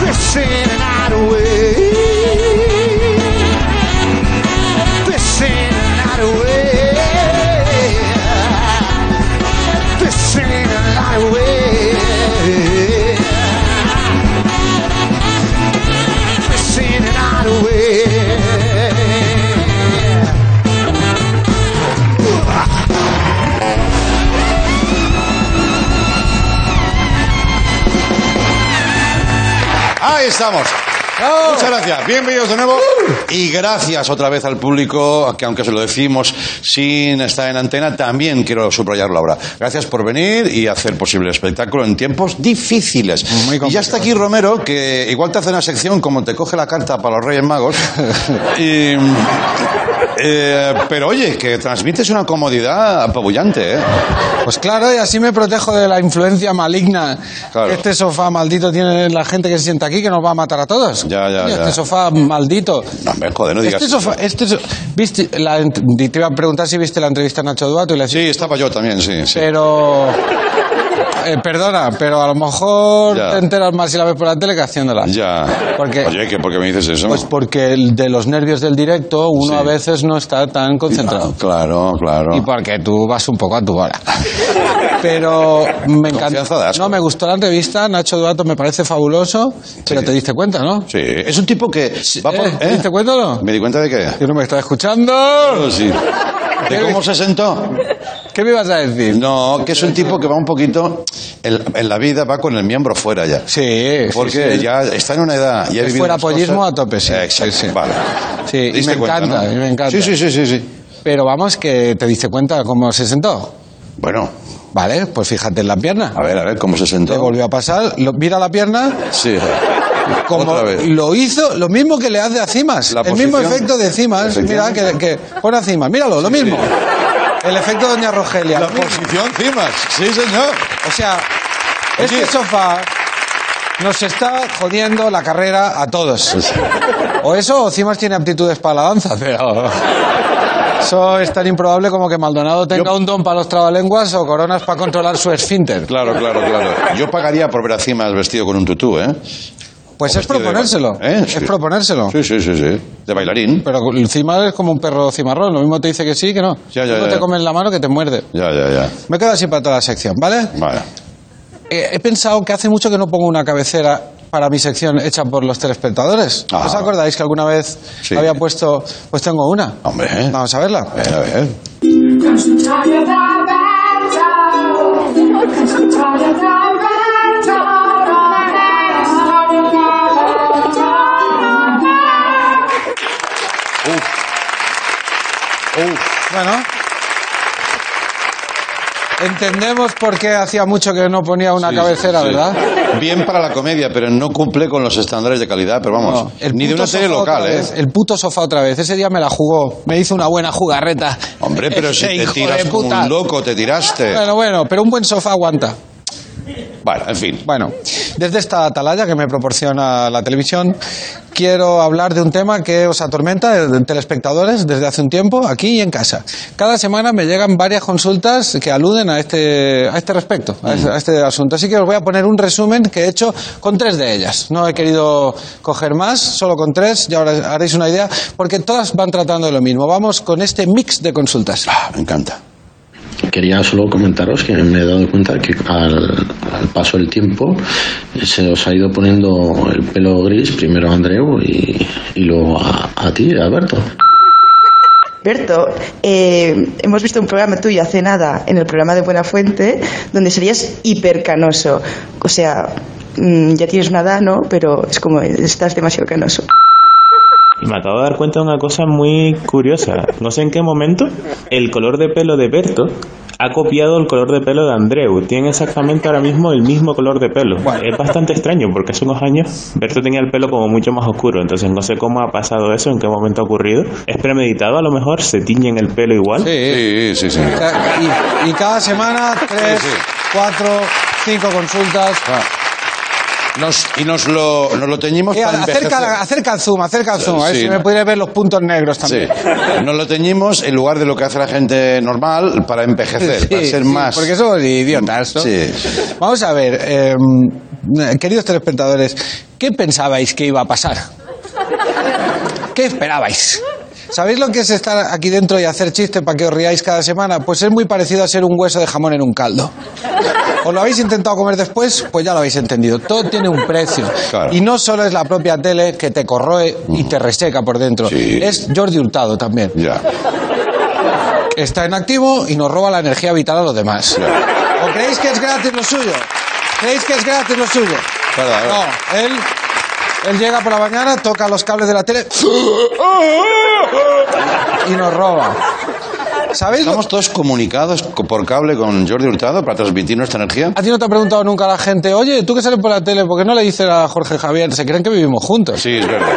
Speaker 1: This ain't an idle way. This ain't an idle way. This ain't an idle way. This ain't an idle way.
Speaker 2: Ahí estamos. Muchas gracias. Bienvenidos de nuevo. Y gracias otra vez al público, que aunque se lo decimos sin estar en antena, también quiero subrayarlo ahora. Gracias por venir y hacer posible el espectáculo en tiempos difíciles. Y ya está aquí Romero, que igual te hace una sección como te coge la carta para los Reyes Magos. Y, eh, pero oye, que transmites una comodidad apabullante, ¿eh?
Speaker 8: Pues claro, y así me protejo de la influencia maligna que este sofá maldito tiene la gente que se sienta aquí, que nos va a matar a todos.
Speaker 2: Ya, ya,
Speaker 8: Coño,
Speaker 2: ya.
Speaker 8: Este sofá maldito.
Speaker 2: No, hombre, joder, no digas.
Speaker 8: Este sofá, este so- viste la, ent- te iba a preguntar si viste la entrevista a Nacho Duato y la
Speaker 2: Sí, estaba yo también, sí. sí.
Speaker 8: pero eh, perdona, pero a lo mejor te enteras más si la ves por la tele que haciéndola.
Speaker 2: Ya.
Speaker 8: Porque,
Speaker 2: Oye, ¿qué, ¿por qué me dices eso?
Speaker 8: Pues porque el de los nervios del directo uno a veces no está tan concentrado.
Speaker 2: Claro, claro.
Speaker 8: Y porque tú vas un poco a tu bola. Pero me encanta. No, me gustó la entrevista. Nacho Duato me parece fabuloso. Pero te diste cuenta, ¿no?
Speaker 2: Sí. Es un tipo que va por-
Speaker 8: Eh, ¿Te diste cuenta o no?
Speaker 2: ¿Me di cuenta de qué?
Speaker 8: Yo no me estaba escuchando.
Speaker 2: sí. ¿De cómo se sentó?
Speaker 8: ¿Qué me ibas a decir?
Speaker 2: No, que es un tipo que va un poquito. En, en la vida va con el miembro fuera ya.
Speaker 8: Sí.
Speaker 2: Porque
Speaker 8: sí.
Speaker 2: ya está en una edad. Ya ha
Speaker 8: Es
Speaker 2: vivido
Speaker 8: fuera
Speaker 2: unas cosas.
Speaker 8: pollismo a tope, sí.
Speaker 2: Eh, Exacto. Vale.
Speaker 8: Sí, y
Speaker 2: Diste
Speaker 8: me
Speaker 2: cuenta,
Speaker 8: encanta,
Speaker 2: ¿no?
Speaker 8: y me encanta.
Speaker 2: Sí, sí, sí, sí, sí.
Speaker 8: Pero vamos, que te diste cuenta cómo se sentó.
Speaker 2: Bueno.
Speaker 8: Vale, pues fíjate en la pierna.
Speaker 2: A ver, a ver cómo se
Speaker 8: Le
Speaker 2: sentó.
Speaker 8: volvió a pasar, lo- mira la pierna,
Speaker 2: Sí.
Speaker 8: como
Speaker 2: Otra vez.
Speaker 8: lo hizo, lo mismo que le hace a Cimas.
Speaker 2: La
Speaker 8: el mismo
Speaker 2: posición.
Speaker 8: efecto de Cimas, mira, que, que pone a Cimas, míralo, lo mismo. El efecto de Doña Rogelia.
Speaker 2: La
Speaker 8: lo mismo.
Speaker 2: posición cimas. Sí, señor.
Speaker 8: O sea, este
Speaker 2: Oye.
Speaker 8: sofá nos está jodiendo la carrera a todos. O eso, o Cimas tiene aptitudes para la danza, pero... Eso es tan improbable como que Maldonado tenga un don para los trabalenguas o coronas para controlar su esfínter.
Speaker 2: Claro, claro, claro. Yo pagaría por ver a Cimas vestido con un tutú, ¿eh?
Speaker 8: Pues
Speaker 2: O
Speaker 8: es
Speaker 2: vestido de
Speaker 8: proponérselo.
Speaker 2: ba- ¿Eh?
Speaker 8: Es
Speaker 2: Sí.
Speaker 8: proponérselo.
Speaker 2: Sí, sí, sí, sí. De bailarín.
Speaker 8: Pero el cimarrón es como un perro cimarrón. Lo mismo te dice que sí, que no.
Speaker 2: Ya, ya,
Speaker 8: Luego
Speaker 2: ya.
Speaker 8: te comes la mano que te muerde.
Speaker 2: Ya, ya, ya.
Speaker 8: Me quedo así para toda la sección, ¿vale?
Speaker 2: Vale.
Speaker 8: Eh, he pensado que hace mucho que no pongo una cabecera para mi sección hecha por los telespectadores.
Speaker 2: Ah.
Speaker 8: ¿Os acordáis que alguna vez
Speaker 2: Sí.
Speaker 8: había puesto... Pues tengo una.
Speaker 2: Hombre, ¿eh?
Speaker 8: Vamos a verla.
Speaker 2: A ver, a ver.
Speaker 8: Bueno. Entendemos por qué hacía mucho que no ponía una
Speaker 2: Sí,
Speaker 8: cabecera,
Speaker 2: sí, sí.
Speaker 8: ¿verdad?
Speaker 2: Bien para la comedia, pero no cumple con los estándares de calidad, pero vamos,
Speaker 8: No, el
Speaker 2: ni de
Speaker 8: puto
Speaker 2: una serie
Speaker 8: sofá
Speaker 2: local,
Speaker 8: otra
Speaker 2: ¿eh?
Speaker 8: vez, El puto sofá otra vez. Ese día me la jugó. Me hizo una buena jugarreta.
Speaker 2: Hombre, pero si te
Speaker 8: Ese hijo
Speaker 2: tiras
Speaker 8: de
Speaker 2: como
Speaker 8: puta.
Speaker 2: un loco, te tiraste.
Speaker 8: Bueno, bueno, pero un buen sofá aguanta.
Speaker 2: Bueno, en fin.
Speaker 8: Bueno, desde esta atalaya que me proporciona la televisión, quiero hablar de un tema que os atormenta, eh, telespectadores, desde hace un tiempo, aquí y en casa. Cada semana me llegan varias consultas que aluden a este, a este respecto, a este, a este asunto. Así que os voy a poner un resumen que he hecho con tres de ellas. No he querido coger más, solo con tres, ya ahora haréis una idea, porque todas van tratando de lo mismo. Vamos con este mix de consultas.
Speaker 2: Ah, me encanta.
Speaker 12: Quería solo comentaros que me he dado cuenta que al, al paso del tiempo eh, se os ha ido poniendo el pelo gris, primero a Andreu y, y luego a, a ti, Alberto.
Speaker 13: Berto, eh, hemos visto un programa tuyo hace nada, en el programa de Buenafuente, donde serías hipercanoso. O sea, mm, ya tienes una edad, ¿no? Pero es como, estás demasiado canoso.
Speaker 14: Y me acabo de dar cuenta de una cosa muy curiosa. No sé en qué momento el color de pelo de Berto ha copiado el color de pelo de Andreu. Tienen exactamente ahora mismo el mismo color de pelo. Es bastante extraño porque hace unos años Berto tenía el pelo como mucho más oscuro. Entonces no sé cómo ha pasado eso, en qué momento ha ocurrido. Es premeditado a lo mejor, se tiñen el pelo igual.
Speaker 2: Sí, sí, sí.
Speaker 8: O sea, Y, y cada semana tres, cuatro, cinco consultas.
Speaker 2: Nos, y nos lo, nos lo teñimos
Speaker 8: Eh,
Speaker 2: para
Speaker 8: acerca,
Speaker 2: envejecer.
Speaker 8: la- acerca el zoom, acerca el zoom, a ver
Speaker 2: Sí,
Speaker 8: si
Speaker 2: no.
Speaker 8: me pudiera ver los puntos negros
Speaker 2: Sí.
Speaker 8: también.
Speaker 2: Nos lo teñimos en lugar de lo que hace la gente normal para envejecer,
Speaker 8: Sí,
Speaker 2: para ser
Speaker 8: sí,
Speaker 2: más.
Speaker 8: Porque somos idiotas, ¿no?
Speaker 2: Sí.
Speaker 8: Vamos a ver, eh, queridos telespectadores, ¿qué pensabais que iba a pasar? ¿Qué esperabais? ¿Sabéis lo que es estar aquí dentro y hacer chistes para que os riáis cada semana? Pues es muy parecido a ser un hueso de jamón en un caldo. ¿Os lo habéis intentado comer después? Pues ya lo habéis entendido. Todo tiene un precio.
Speaker 2: Claro.
Speaker 8: Y no solo es la propia tele que te corroe y te reseca por dentro. Es Jordi Hurtado también
Speaker 2: Ya.
Speaker 8: está en activo y nos roba la energía vital a los demás. ¿O creéis que es gratis lo suyo? ¿Creéis que es gratis lo suyo?
Speaker 2: Claro, a ver.
Speaker 8: No, él, él llega por la mañana, toca los cables de la tele y nos roba. ¿Sabéis? lo-
Speaker 2: Estamos todos comunicados co- por cable con Jordi Hurtado para transmitir nuestra energía.
Speaker 8: A ti no te ha preguntado nunca la gente, oye, tú que sales por la tele, ¿por qué no le dices a Jorge Javier? Se creen que vivimos juntos.
Speaker 2: Sí, es verdad.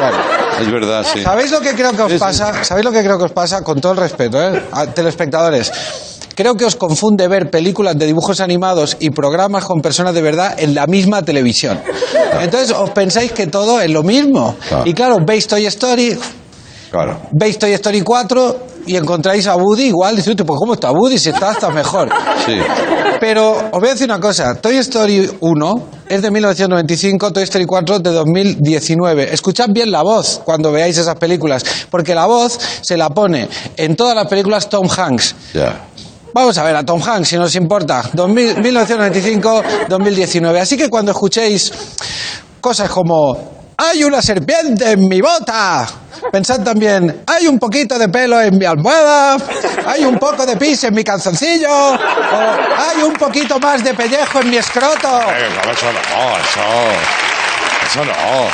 Speaker 8: Bueno.
Speaker 2: Es verdad, sí.
Speaker 8: ¿Sabéis lo que creo que
Speaker 2: Sí,
Speaker 8: os
Speaker 2: sí.
Speaker 8: pasa? ¿Sabéis lo que creo que os pasa? Con todo el respeto, ¿eh? A telespectadores. Creo que os confunde ver películas de dibujos animados y programas con personas de verdad en la misma televisión. Entonces os pensáis que todo es lo mismo.
Speaker 2: Claro.
Speaker 8: Y claro, veis Toy Story,
Speaker 2: Claro.
Speaker 8: veis Toy Story 4 y encontráis a Woody igual, dices, "Tú, pues ¿cómo está Woody? Si está, está mejor.
Speaker 2: Sí.
Speaker 8: Pero os voy a decir una cosa, Toy Story 1 es de 1995, Toy Story 4 de 2019. Escuchad bien la voz cuando veáis esas películas, porque la voz se la pone en todas las películas Tom Hanks.
Speaker 2: Ya.
Speaker 8: Vamos a ver a Tom Hanks, si nos importa. 2000 1995-2019. Así que cuando escuchéis cosas como hay una serpiente en mi bota, pensad también hay un poquito de pelo en mi almohada, hay un poco de pis en mi calzoncillo, o hay un poquito más de pellejo en mi escroto.
Speaker 2: Eh, no, eso no, eso. Eso no.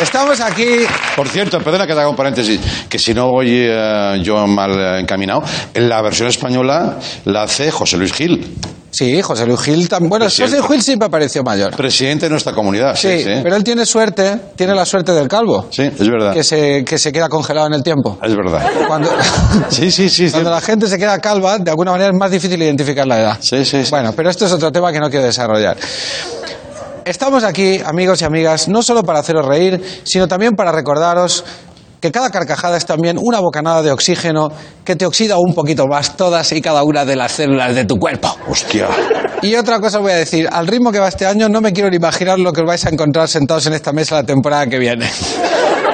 Speaker 8: Estamos aquí.
Speaker 2: Por cierto, perdona que te haga un paréntesis, que si no voy eh, yo mal eh, encaminado, en la versión española la hace José Luis Gil.
Speaker 8: Sí, José Luis Gil tan bueno. José Luis Gil siempre apareció mayor.
Speaker 2: Presidente de nuestra comunidad, sí,
Speaker 8: Sí,
Speaker 2: sí.
Speaker 8: pero él tiene suerte, tiene la suerte del calvo,
Speaker 2: Sí, es verdad.
Speaker 8: que se, que se queda congelado en el tiempo.
Speaker 2: Es verdad.
Speaker 8: Cuando,
Speaker 2: Sí, sí, sí.
Speaker 8: cuando la gente se queda calva, de alguna manera es más difícil identificar la edad.
Speaker 2: Sí, sí,
Speaker 8: Bueno, pero esto es otro tema que no quiero desarrollar. Estamos aquí, amigos y amigas, no solo para haceros reír, sino también para recordaros que cada carcajada es también una bocanada de oxígeno que te oxida un poquito más todas y cada una de las células de tu cuerpo.
Speaker 2: Hostia.
Speaker 8: Y otra cosa voy a decir, al ritmo que va este año no me quiero ni imaginar lo que os vais a encontrar sentados en esta mesa la temporada que viene.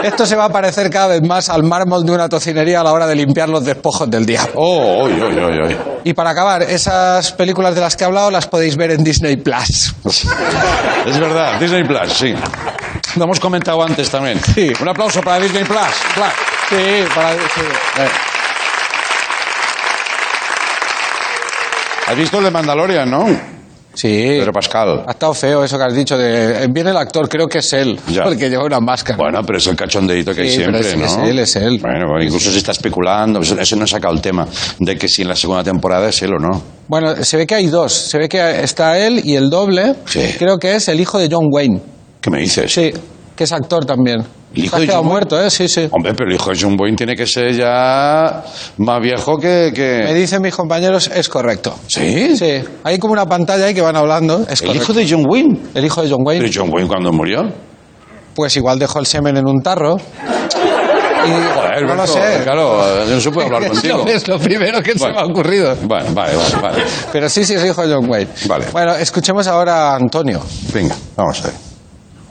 Speaker 8: Esto se va a parecer cada vez más al mármol de una tocinería a la hora de limpiar los despojos del día.
Speaker 2: Oh, oy, oy, oy, oy.
Speaker 8: Y para acabar, esas películas de las que he hablado las podéis ver en Disney Plus.
Speaker 2: Es verdad, Disney Plus, sí. Lo hemos comentado antes también. Sí. Un aplauso para Disney Plus. Plus.
Speaker 8: Sí, para.
Speaker 2: Eh. ¿Has visto el de Mandalorian, no?
Speaker 8: Sí.
Speaker 2: Pedro Pascal.
Speaker 8: Ha estado feo eso que has dicho de. Viene el actor, creo que es él,
Speaker 2: Ya.
Speaker 8: porque lleva una máscara.
Speaker 2: Bueno, pero es el cachondeito que hay
Speaker 8: Sí, pero
Speaker 2: siempre,
Speaker 8: es-
Speaker 2: ¿no?
Speaker 8: es él, es él.
Speaker 2: Bueno, bueno, incluso se está especulando, eso, eso no ha sacado el tema, de que si en la segunda temporada es él o no.
Speaker 8: Bueno, se ve que hay dos. Se ve que está él y el doble.
Speaker 2: Sí.
Speaker 8: Creo que es el hijo de John Wayne.
Speaker 2: ¿Qué me dices?
Speaker 8: Sí, que es actor también.
Speaker 2: ¿El hijo
Speaker 8: Se ha
Speaker 2: de
Speaker 8: quedado
Speaker 2: John Wayne?
Speaker 8: muerto, ¿eh? Sí, sí.
Speaker 2: Hombre, pero el hijo de John Boyne tiene que ser ya más viejo que... que-
Speaker 8: Me dicen mis compañeros, es correcto.
Speaker 2: ¿Sí?
Speaker 8: Sí. Hay como una pantalla ahí que van hablando. Es
Speaker 2: ¿El hijo
Speaker 8: correcto.
Speaker 2: de John Wayne?
Speaker 8: El hijo de John Wayne.
Speaker 2: ¿Pero John Wayne cuando murió?
Speaker 8: Pues igual dejó el semen en un tarro. Y
Speaker 2: Joder,
Speaker 8: no lo
Speaker 2: Berto,
Speaker 8: sé.
Speaker 2: Claro, no se puede hablar
Speaker 8: Es lo-
Speaker 2: contigo.
Speaker 8: Es lo primero que se
Speaker 2: Bueno.
Speaker 8: me ha ocurrido.
Speaker 2: Vale, vale, vale, vale.
Speaker 8: Pero sí, sí, es hijo de John Wayne.
Speaker 2: Vale.
Speaker 8: Bueno, escuchemos ahora a Antonio.
Speaker 2: Venga, vamos a ver.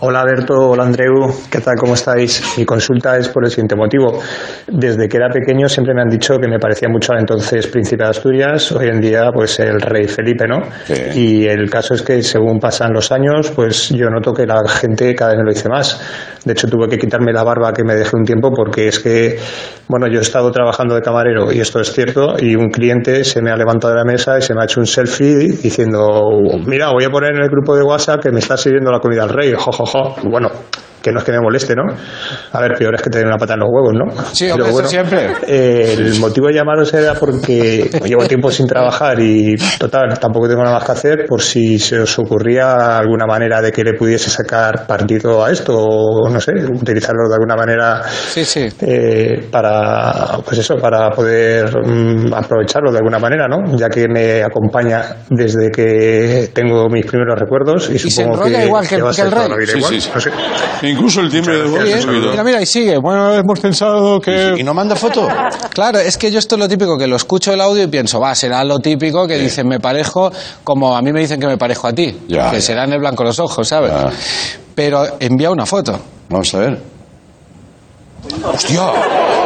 Speaker 15: Hola Berto, hola Andreu, ¿qué tal? ¿Cómo estáis? Mi consulta es por el siguiente motivo. Desde que era pequeño siempre me han dicho que me parecía mucho al entonces príncipe de Asturias, hoy en día pues el rey Felipe, ¿no?
Speaker 2: Eh,
Speaker 15: Y el caso es que según pasan los años, pues yo noto que la gente cada vez me lo dice más. De hecho tuve que quitarme la barba que me dejé un tiempo porque es que, bueno, yo he estado trabajando de camarero y esto es cierto, y un cliente se me ha levantado de la mesa y se me ha hecho un selfie diciendo, "Oh, mira, voy a poner en el grupo de WhatsApp que me está sirviendo la comida al rey, jo, jo, jo. Bueno, que no es que me moleste, ¿no? A ver, peor es que te den una pata en los huevos, ¿no?
Speaker 8: Sí, hombre, eso siempre.
Speaker 15: eh, el motivo de llamaros era porque llevo tiempo sin trabajar y, total, tampoco tengo nada más que hacer por si se os ocurría alguna manera de que le pudiese sacar partido a esto o, no sé, utilizarlo de alguna manera
Speaker 8: Sí, sí.
Speaker 15: eh, para pues eso para poder mm, aprovecharlo de alguna manera no ya que me acompaña desde que tengo mis primeros recuerdos y,
Speaker 8: se
Speaker 15: supongo
Speaker 8: enrolla
Speaker 15: que,
Speaker 8: igual que-
Speaker 15: va a
Speaker 8: que
Speaker 15: ser
Speaker 8: el
Speaker 15: toda
Speaker 8: rey.
Speaker 15: la vida
Speaker 2: Sí,
Speaker 15: igual,
Speaker 2: sí, sí.
Speaker 15: no sé.
Speaker 2: Incluso el timbre de voz.
Speaker 8: Sí,
Speaker 2: ha
Speaker 8: ¿eh?
Speaker 2: subido.
Speaker 8: Mira, mira, y sigue. Bueno, hemos pensado que...
Speaker 2: ¿Y no manda foto?
Speaker 8: Claro, es que yo esto es lo típico, que lo escucho el audio y pienso, va, será lo típico que dicen, me parezco, como a mí me dicen que me parezco a ti,
Speaker 2: Ya,
Speaker 8: que
Speaker 2: ya.
Speaker 8: será en el blanco los ojos, ¿sabes?
Speaker 2: Ya.
Speaker 8: Pero envía una foto.
Speaker 2: Vamos a ver. ¡Hostia!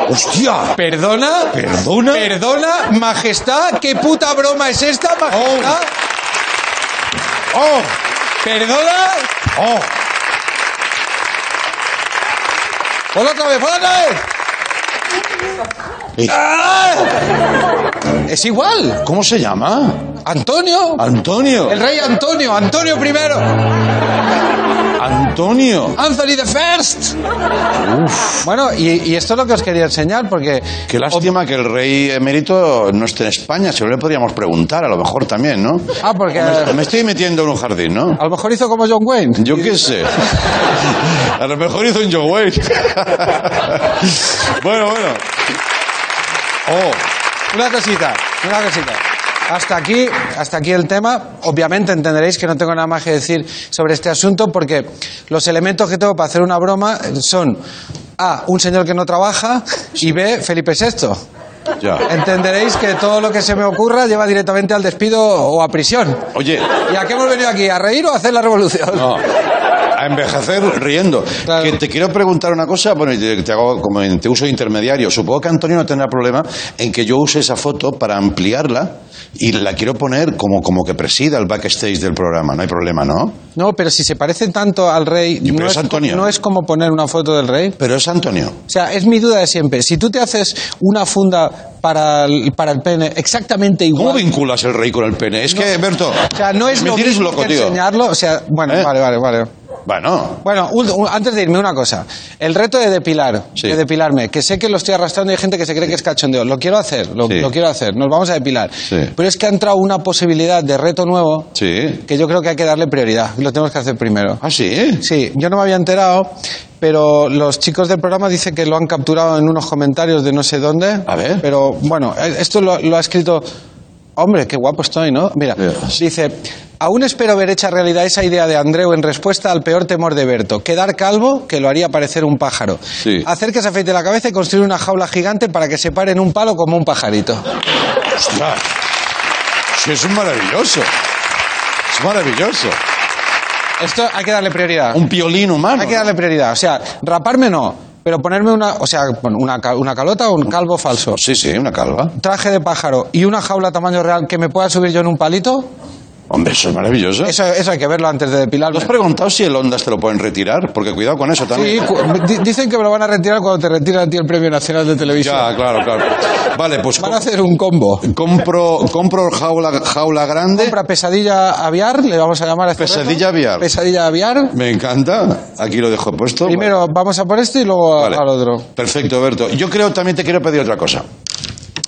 Speaker 2: ¡Hostia!
Speaker 8: ¿Perdona?
Speaker 2: ¿Perdona?
Speaker 8: ¿Perdona, majestad? ¿Qué puta broma es esta, majestad?
Speaker 2: ¡Oh!
Speaker 8: ¿Perdona?
Speaker 2: ¡Oh!
Speaker 8: ¡Hola otra vez, hola otra vez!
Speaker 2: ¿Y
Speaker 8: Es igual.
Speaker 2: ¿Cómo se llama?
Speaker 8: Antonio.
Speaker 2: Antonio.
Speaker 8: El rey Antonio, Antonio primero.
Speaker 2: Antonio.
Speaker 8: Anthony the First. Bueno, y, y esto es lo que os quería enseñar porque
Speaker 2: Qué lástima que el rey emérito no esté en España. Si no le podríamos preguntar, a lo mejor también, ¿no?
Speaker 8: Ah, porque-
Speaker 2: Me, me estoy metiendo en un jardín, ¿no?
Speaker 8: a lo mejor hizo como John Wayne.
Speaker 2: Yo qué sé. A lo mejor hizo un Joe Wayne. Bueno, bueno. Oh,
Speaker 8: Una cosita, una cosita. Hasta aquí, hasta aquí el tema. Obviamente entenderéis que no tengo nada más que decir sobre este asunto porque los elementos que tengo para hacer una broma son A, un señor que no trabaja y B, Felipe VI.
Speaker 2: Oh, Ya.
Speaker 8: Entenderéis que todo lo que se me ocurra lleva directamente al despido o a prisión.
Speaker 2: Oye.
Speaker 8: ¿Y a qué hemos venido aquí? ¿A reír o a hacer la revolución?
Speaker 2: No. A envejecer riendo. Que te quiero preguntar una cosa, bueno, y te, te hago como en- te uso de intermediario. Supongo que Antonio no tendrá problema en que yo use esa foto para ampliarla y la quiero poner como, como que presida el backstage del programa. No hay problema, ¿no?
Speaker 8: No, pero si se parece tanto al rey,
Speaker 2: pero
Speaker 8: no
Speaker 2: es Antonio.
Speaker 8: no es como poner una foto del rey.
Speaker 2: Pero es Antonio.
Speaker 8: O sea, es mi duda de siempre. Si tú te haces una funda para el, para el pene exactamente igual.
Speaker 2: ¿Cómo vinculas el rey con el pene? Es que, Berto,
Speaker 8: O sea, no es
Speaker 2: me
Speaker 8: lo
Speaker 2: tienes
Speaker 8: mismo
Speaker 2: loco,
Speaker 8: que
Speaker 2: tío. ¿Eh?
Speaker 8: enseñarlo. O sea, bueno, vale, vale, vale.
Speaker 2: Bueno,
Speaker 8: Bueno, un- un- antes de irme, una cosa. El reto de depilar, de depilarme, que sé que lo estoy arrastrando y hay gente que se cree que es cachondeo. Lo quiero hacer, lo,
Speaker 2: Sí.
Speaker 8: lo quiero hacer. Nos vamos a depilar.
Speaker 2: Sí.
Speaker 8: Pero es que ha entrado una posibilidad de reto nuevo
Speaker 2: sí.
Speaker 8: que yo creo que hay que darle prioridad. y Lo tenemos que hacer primero.
Speaker 2: ¿Ah, sí?
Speaker 8: Sí, yo no me había enterado, pero los chicos del programa dicen que lo han capturado en unos comentarios de no sé dónde. A ver. Pero bueno, eh, esto lo, lo ha escrito. Hombre, qué guapo estoy, ¿no? Mira, dice. Aún espero ver hecha realidad esa idea de Andreu en respuesta al peor temor de Berto, quedar calvo, que lo haría parecer un pájaro.
Speaker 2: Sí.
Speaker 8: Hacer que se afeite la cabeza y construir una jaula gigante para que se pare en un palo como un pajarito.
Speaker 2: Ostras. Sí, es maravilloso. Es maravilloso.
Speaker 8: Esto hay que darle prioridad.
Speaker 2: Un piolín humano.
Speaker 8: Hay que darle prioridad. O sea, raparme no, pero ponerme una, o sea, bueno, una, ca- una calota o un calvo falso.
Speaker 2: Sí, sí, una calva.
Speaker 8: Traje de pájaro y una jaula tamaño real que me pueda subir yo en un palito.
Speaker 2: Hombre, eso es maravilloso.
Speaker 8: Eso, eso hay que verlo antes de depilarlo.
Speaker 2: ¿Has preguntado si el Ondas te lo pueden retirar? Porque cuidado con eso
Speaker 8: Sí,
Speaker 2: también.
Speaker 8: cu- di- dicen que me lo van a retirar cuando te retiran a ti el Premio Nacional de Televisión.
Speaker 2: Ya, claro, claro. Vale, pues
Speaker 8: Van a hacer un combo.
Speaker 2: compro, compro jaula, jaula grande,
Speaker 8: Compra pesadilla aviar, le vamos a llamar a este
Speaker 2: pesadilla
Speaker 8: reto.
Speaker 2: aviar.
Speaker 8: Pesadilla aviar.
Speaker 2: Me encanta. Aquí lo dejo puesto.
Speaker 8: Primero vamos a por esto y luego a-
Speaker 2: Vale.
Speaker 8: al otro.
Speaker 2: Perfecto, Berto. Yo creo también te quiero pedir otra cosa.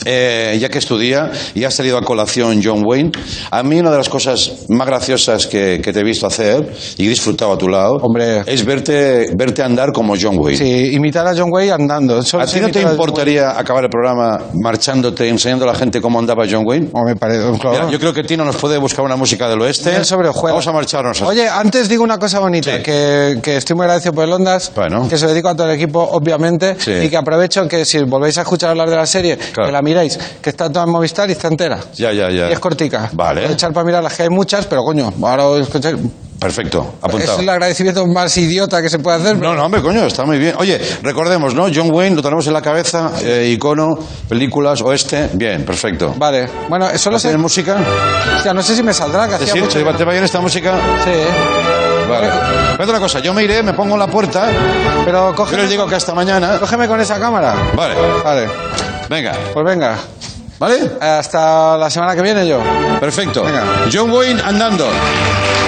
Speaker 2: Eh, ya que estudia y ha salido a colación John Wayne, a mí una de las cosas más graciosas que, que te he visto hacer y he disfrutado a tu lado es verte, verte andar como John Wayne.
Speaker 8: Sí, imitar a John Wayne andando. Solo
Speaker 2: ¿A
Speaker 8: sé
Speaker 2: ti no te
Speaker 8: imitar John
Speaker 2: importaría acabar el programa marchándote, enseñando a la gente cómo andaba John Wayne?
Speaker 8: Wayne. Oh, me parece, claro.
Speaker 2: Mira, yo creo que Tino nos puede buscar una música del oeste.
Speaker 8: Miel sobre hojuelas.
Speaker 2: Vamos a marcharnos.
Speaker 8: Oye, antes digo una cosa bonita, que, que estoy muy agradecido por el Ondas,
Speaker 2: Bueno.
Speaker 8: que se lo dedico a todo el equipo, obviamente,
Speaker 2: Sí.
Speaker 8: y que aprovecho que si volvéis a escuchar hablar de la serie, que la miréis, que está toda en Movistar y está entera.
Speaker 2: Ya, ya, ya.
Speaker 8: Y es cortica.
Speaker 2: Vale.
Speaker 8: Echar para mirar las que hay muchas, pero coño, ahora os escucháis.
Speaker 2: Perfecto,
Speaker 8: Es
Speaker 2: apuntado.
Speaker 8: el agradecimiento más idiota que se puede hacer.
Speaker 2: No, no, hombre, coño, está muy bien. Oye, recordemos, ¿no? John Wayne, lo tenemos en la cabeza, eh, icono, películas, oeste. Bien, perfecto.
Speaker 8: Vale. Bueno, solo sé.
Speaker 2: ¿Tienes música?
Speaker 8: O sea, no sé si me saldrá, que
Speaker 2: ¿Te,
Speaker 8: hacía
Speaker 2: sir-
Speaker 8: mucho
Speaker 2: te va-
Speaker 8: que-
Speaker 2: te va bien esta música?
Speaker 8: Sí, ¿eh?
Speaker 2: Vale. Espérate una cosa, yo me iré, me pongo en la puerta.
Speaker 8: Pero
Speaker 2: Yo
Speaker 8: cógeme,
Speaker 2: les digo que hasta mañana. ¿eh?
Speaker 8: cógeme con esa cámara.
Speaker 2: Vale,
Speaker 8: Vale.
Speaker 2: venga.
Speaker 8: Pues venga.
Speaker 2: ¿Vale?
Speaker 8: Hasta la semana que viene yo.
Speaker 2: Perfecto.
Speaker 8: Venga.
Speaker 2: John Wayne andando.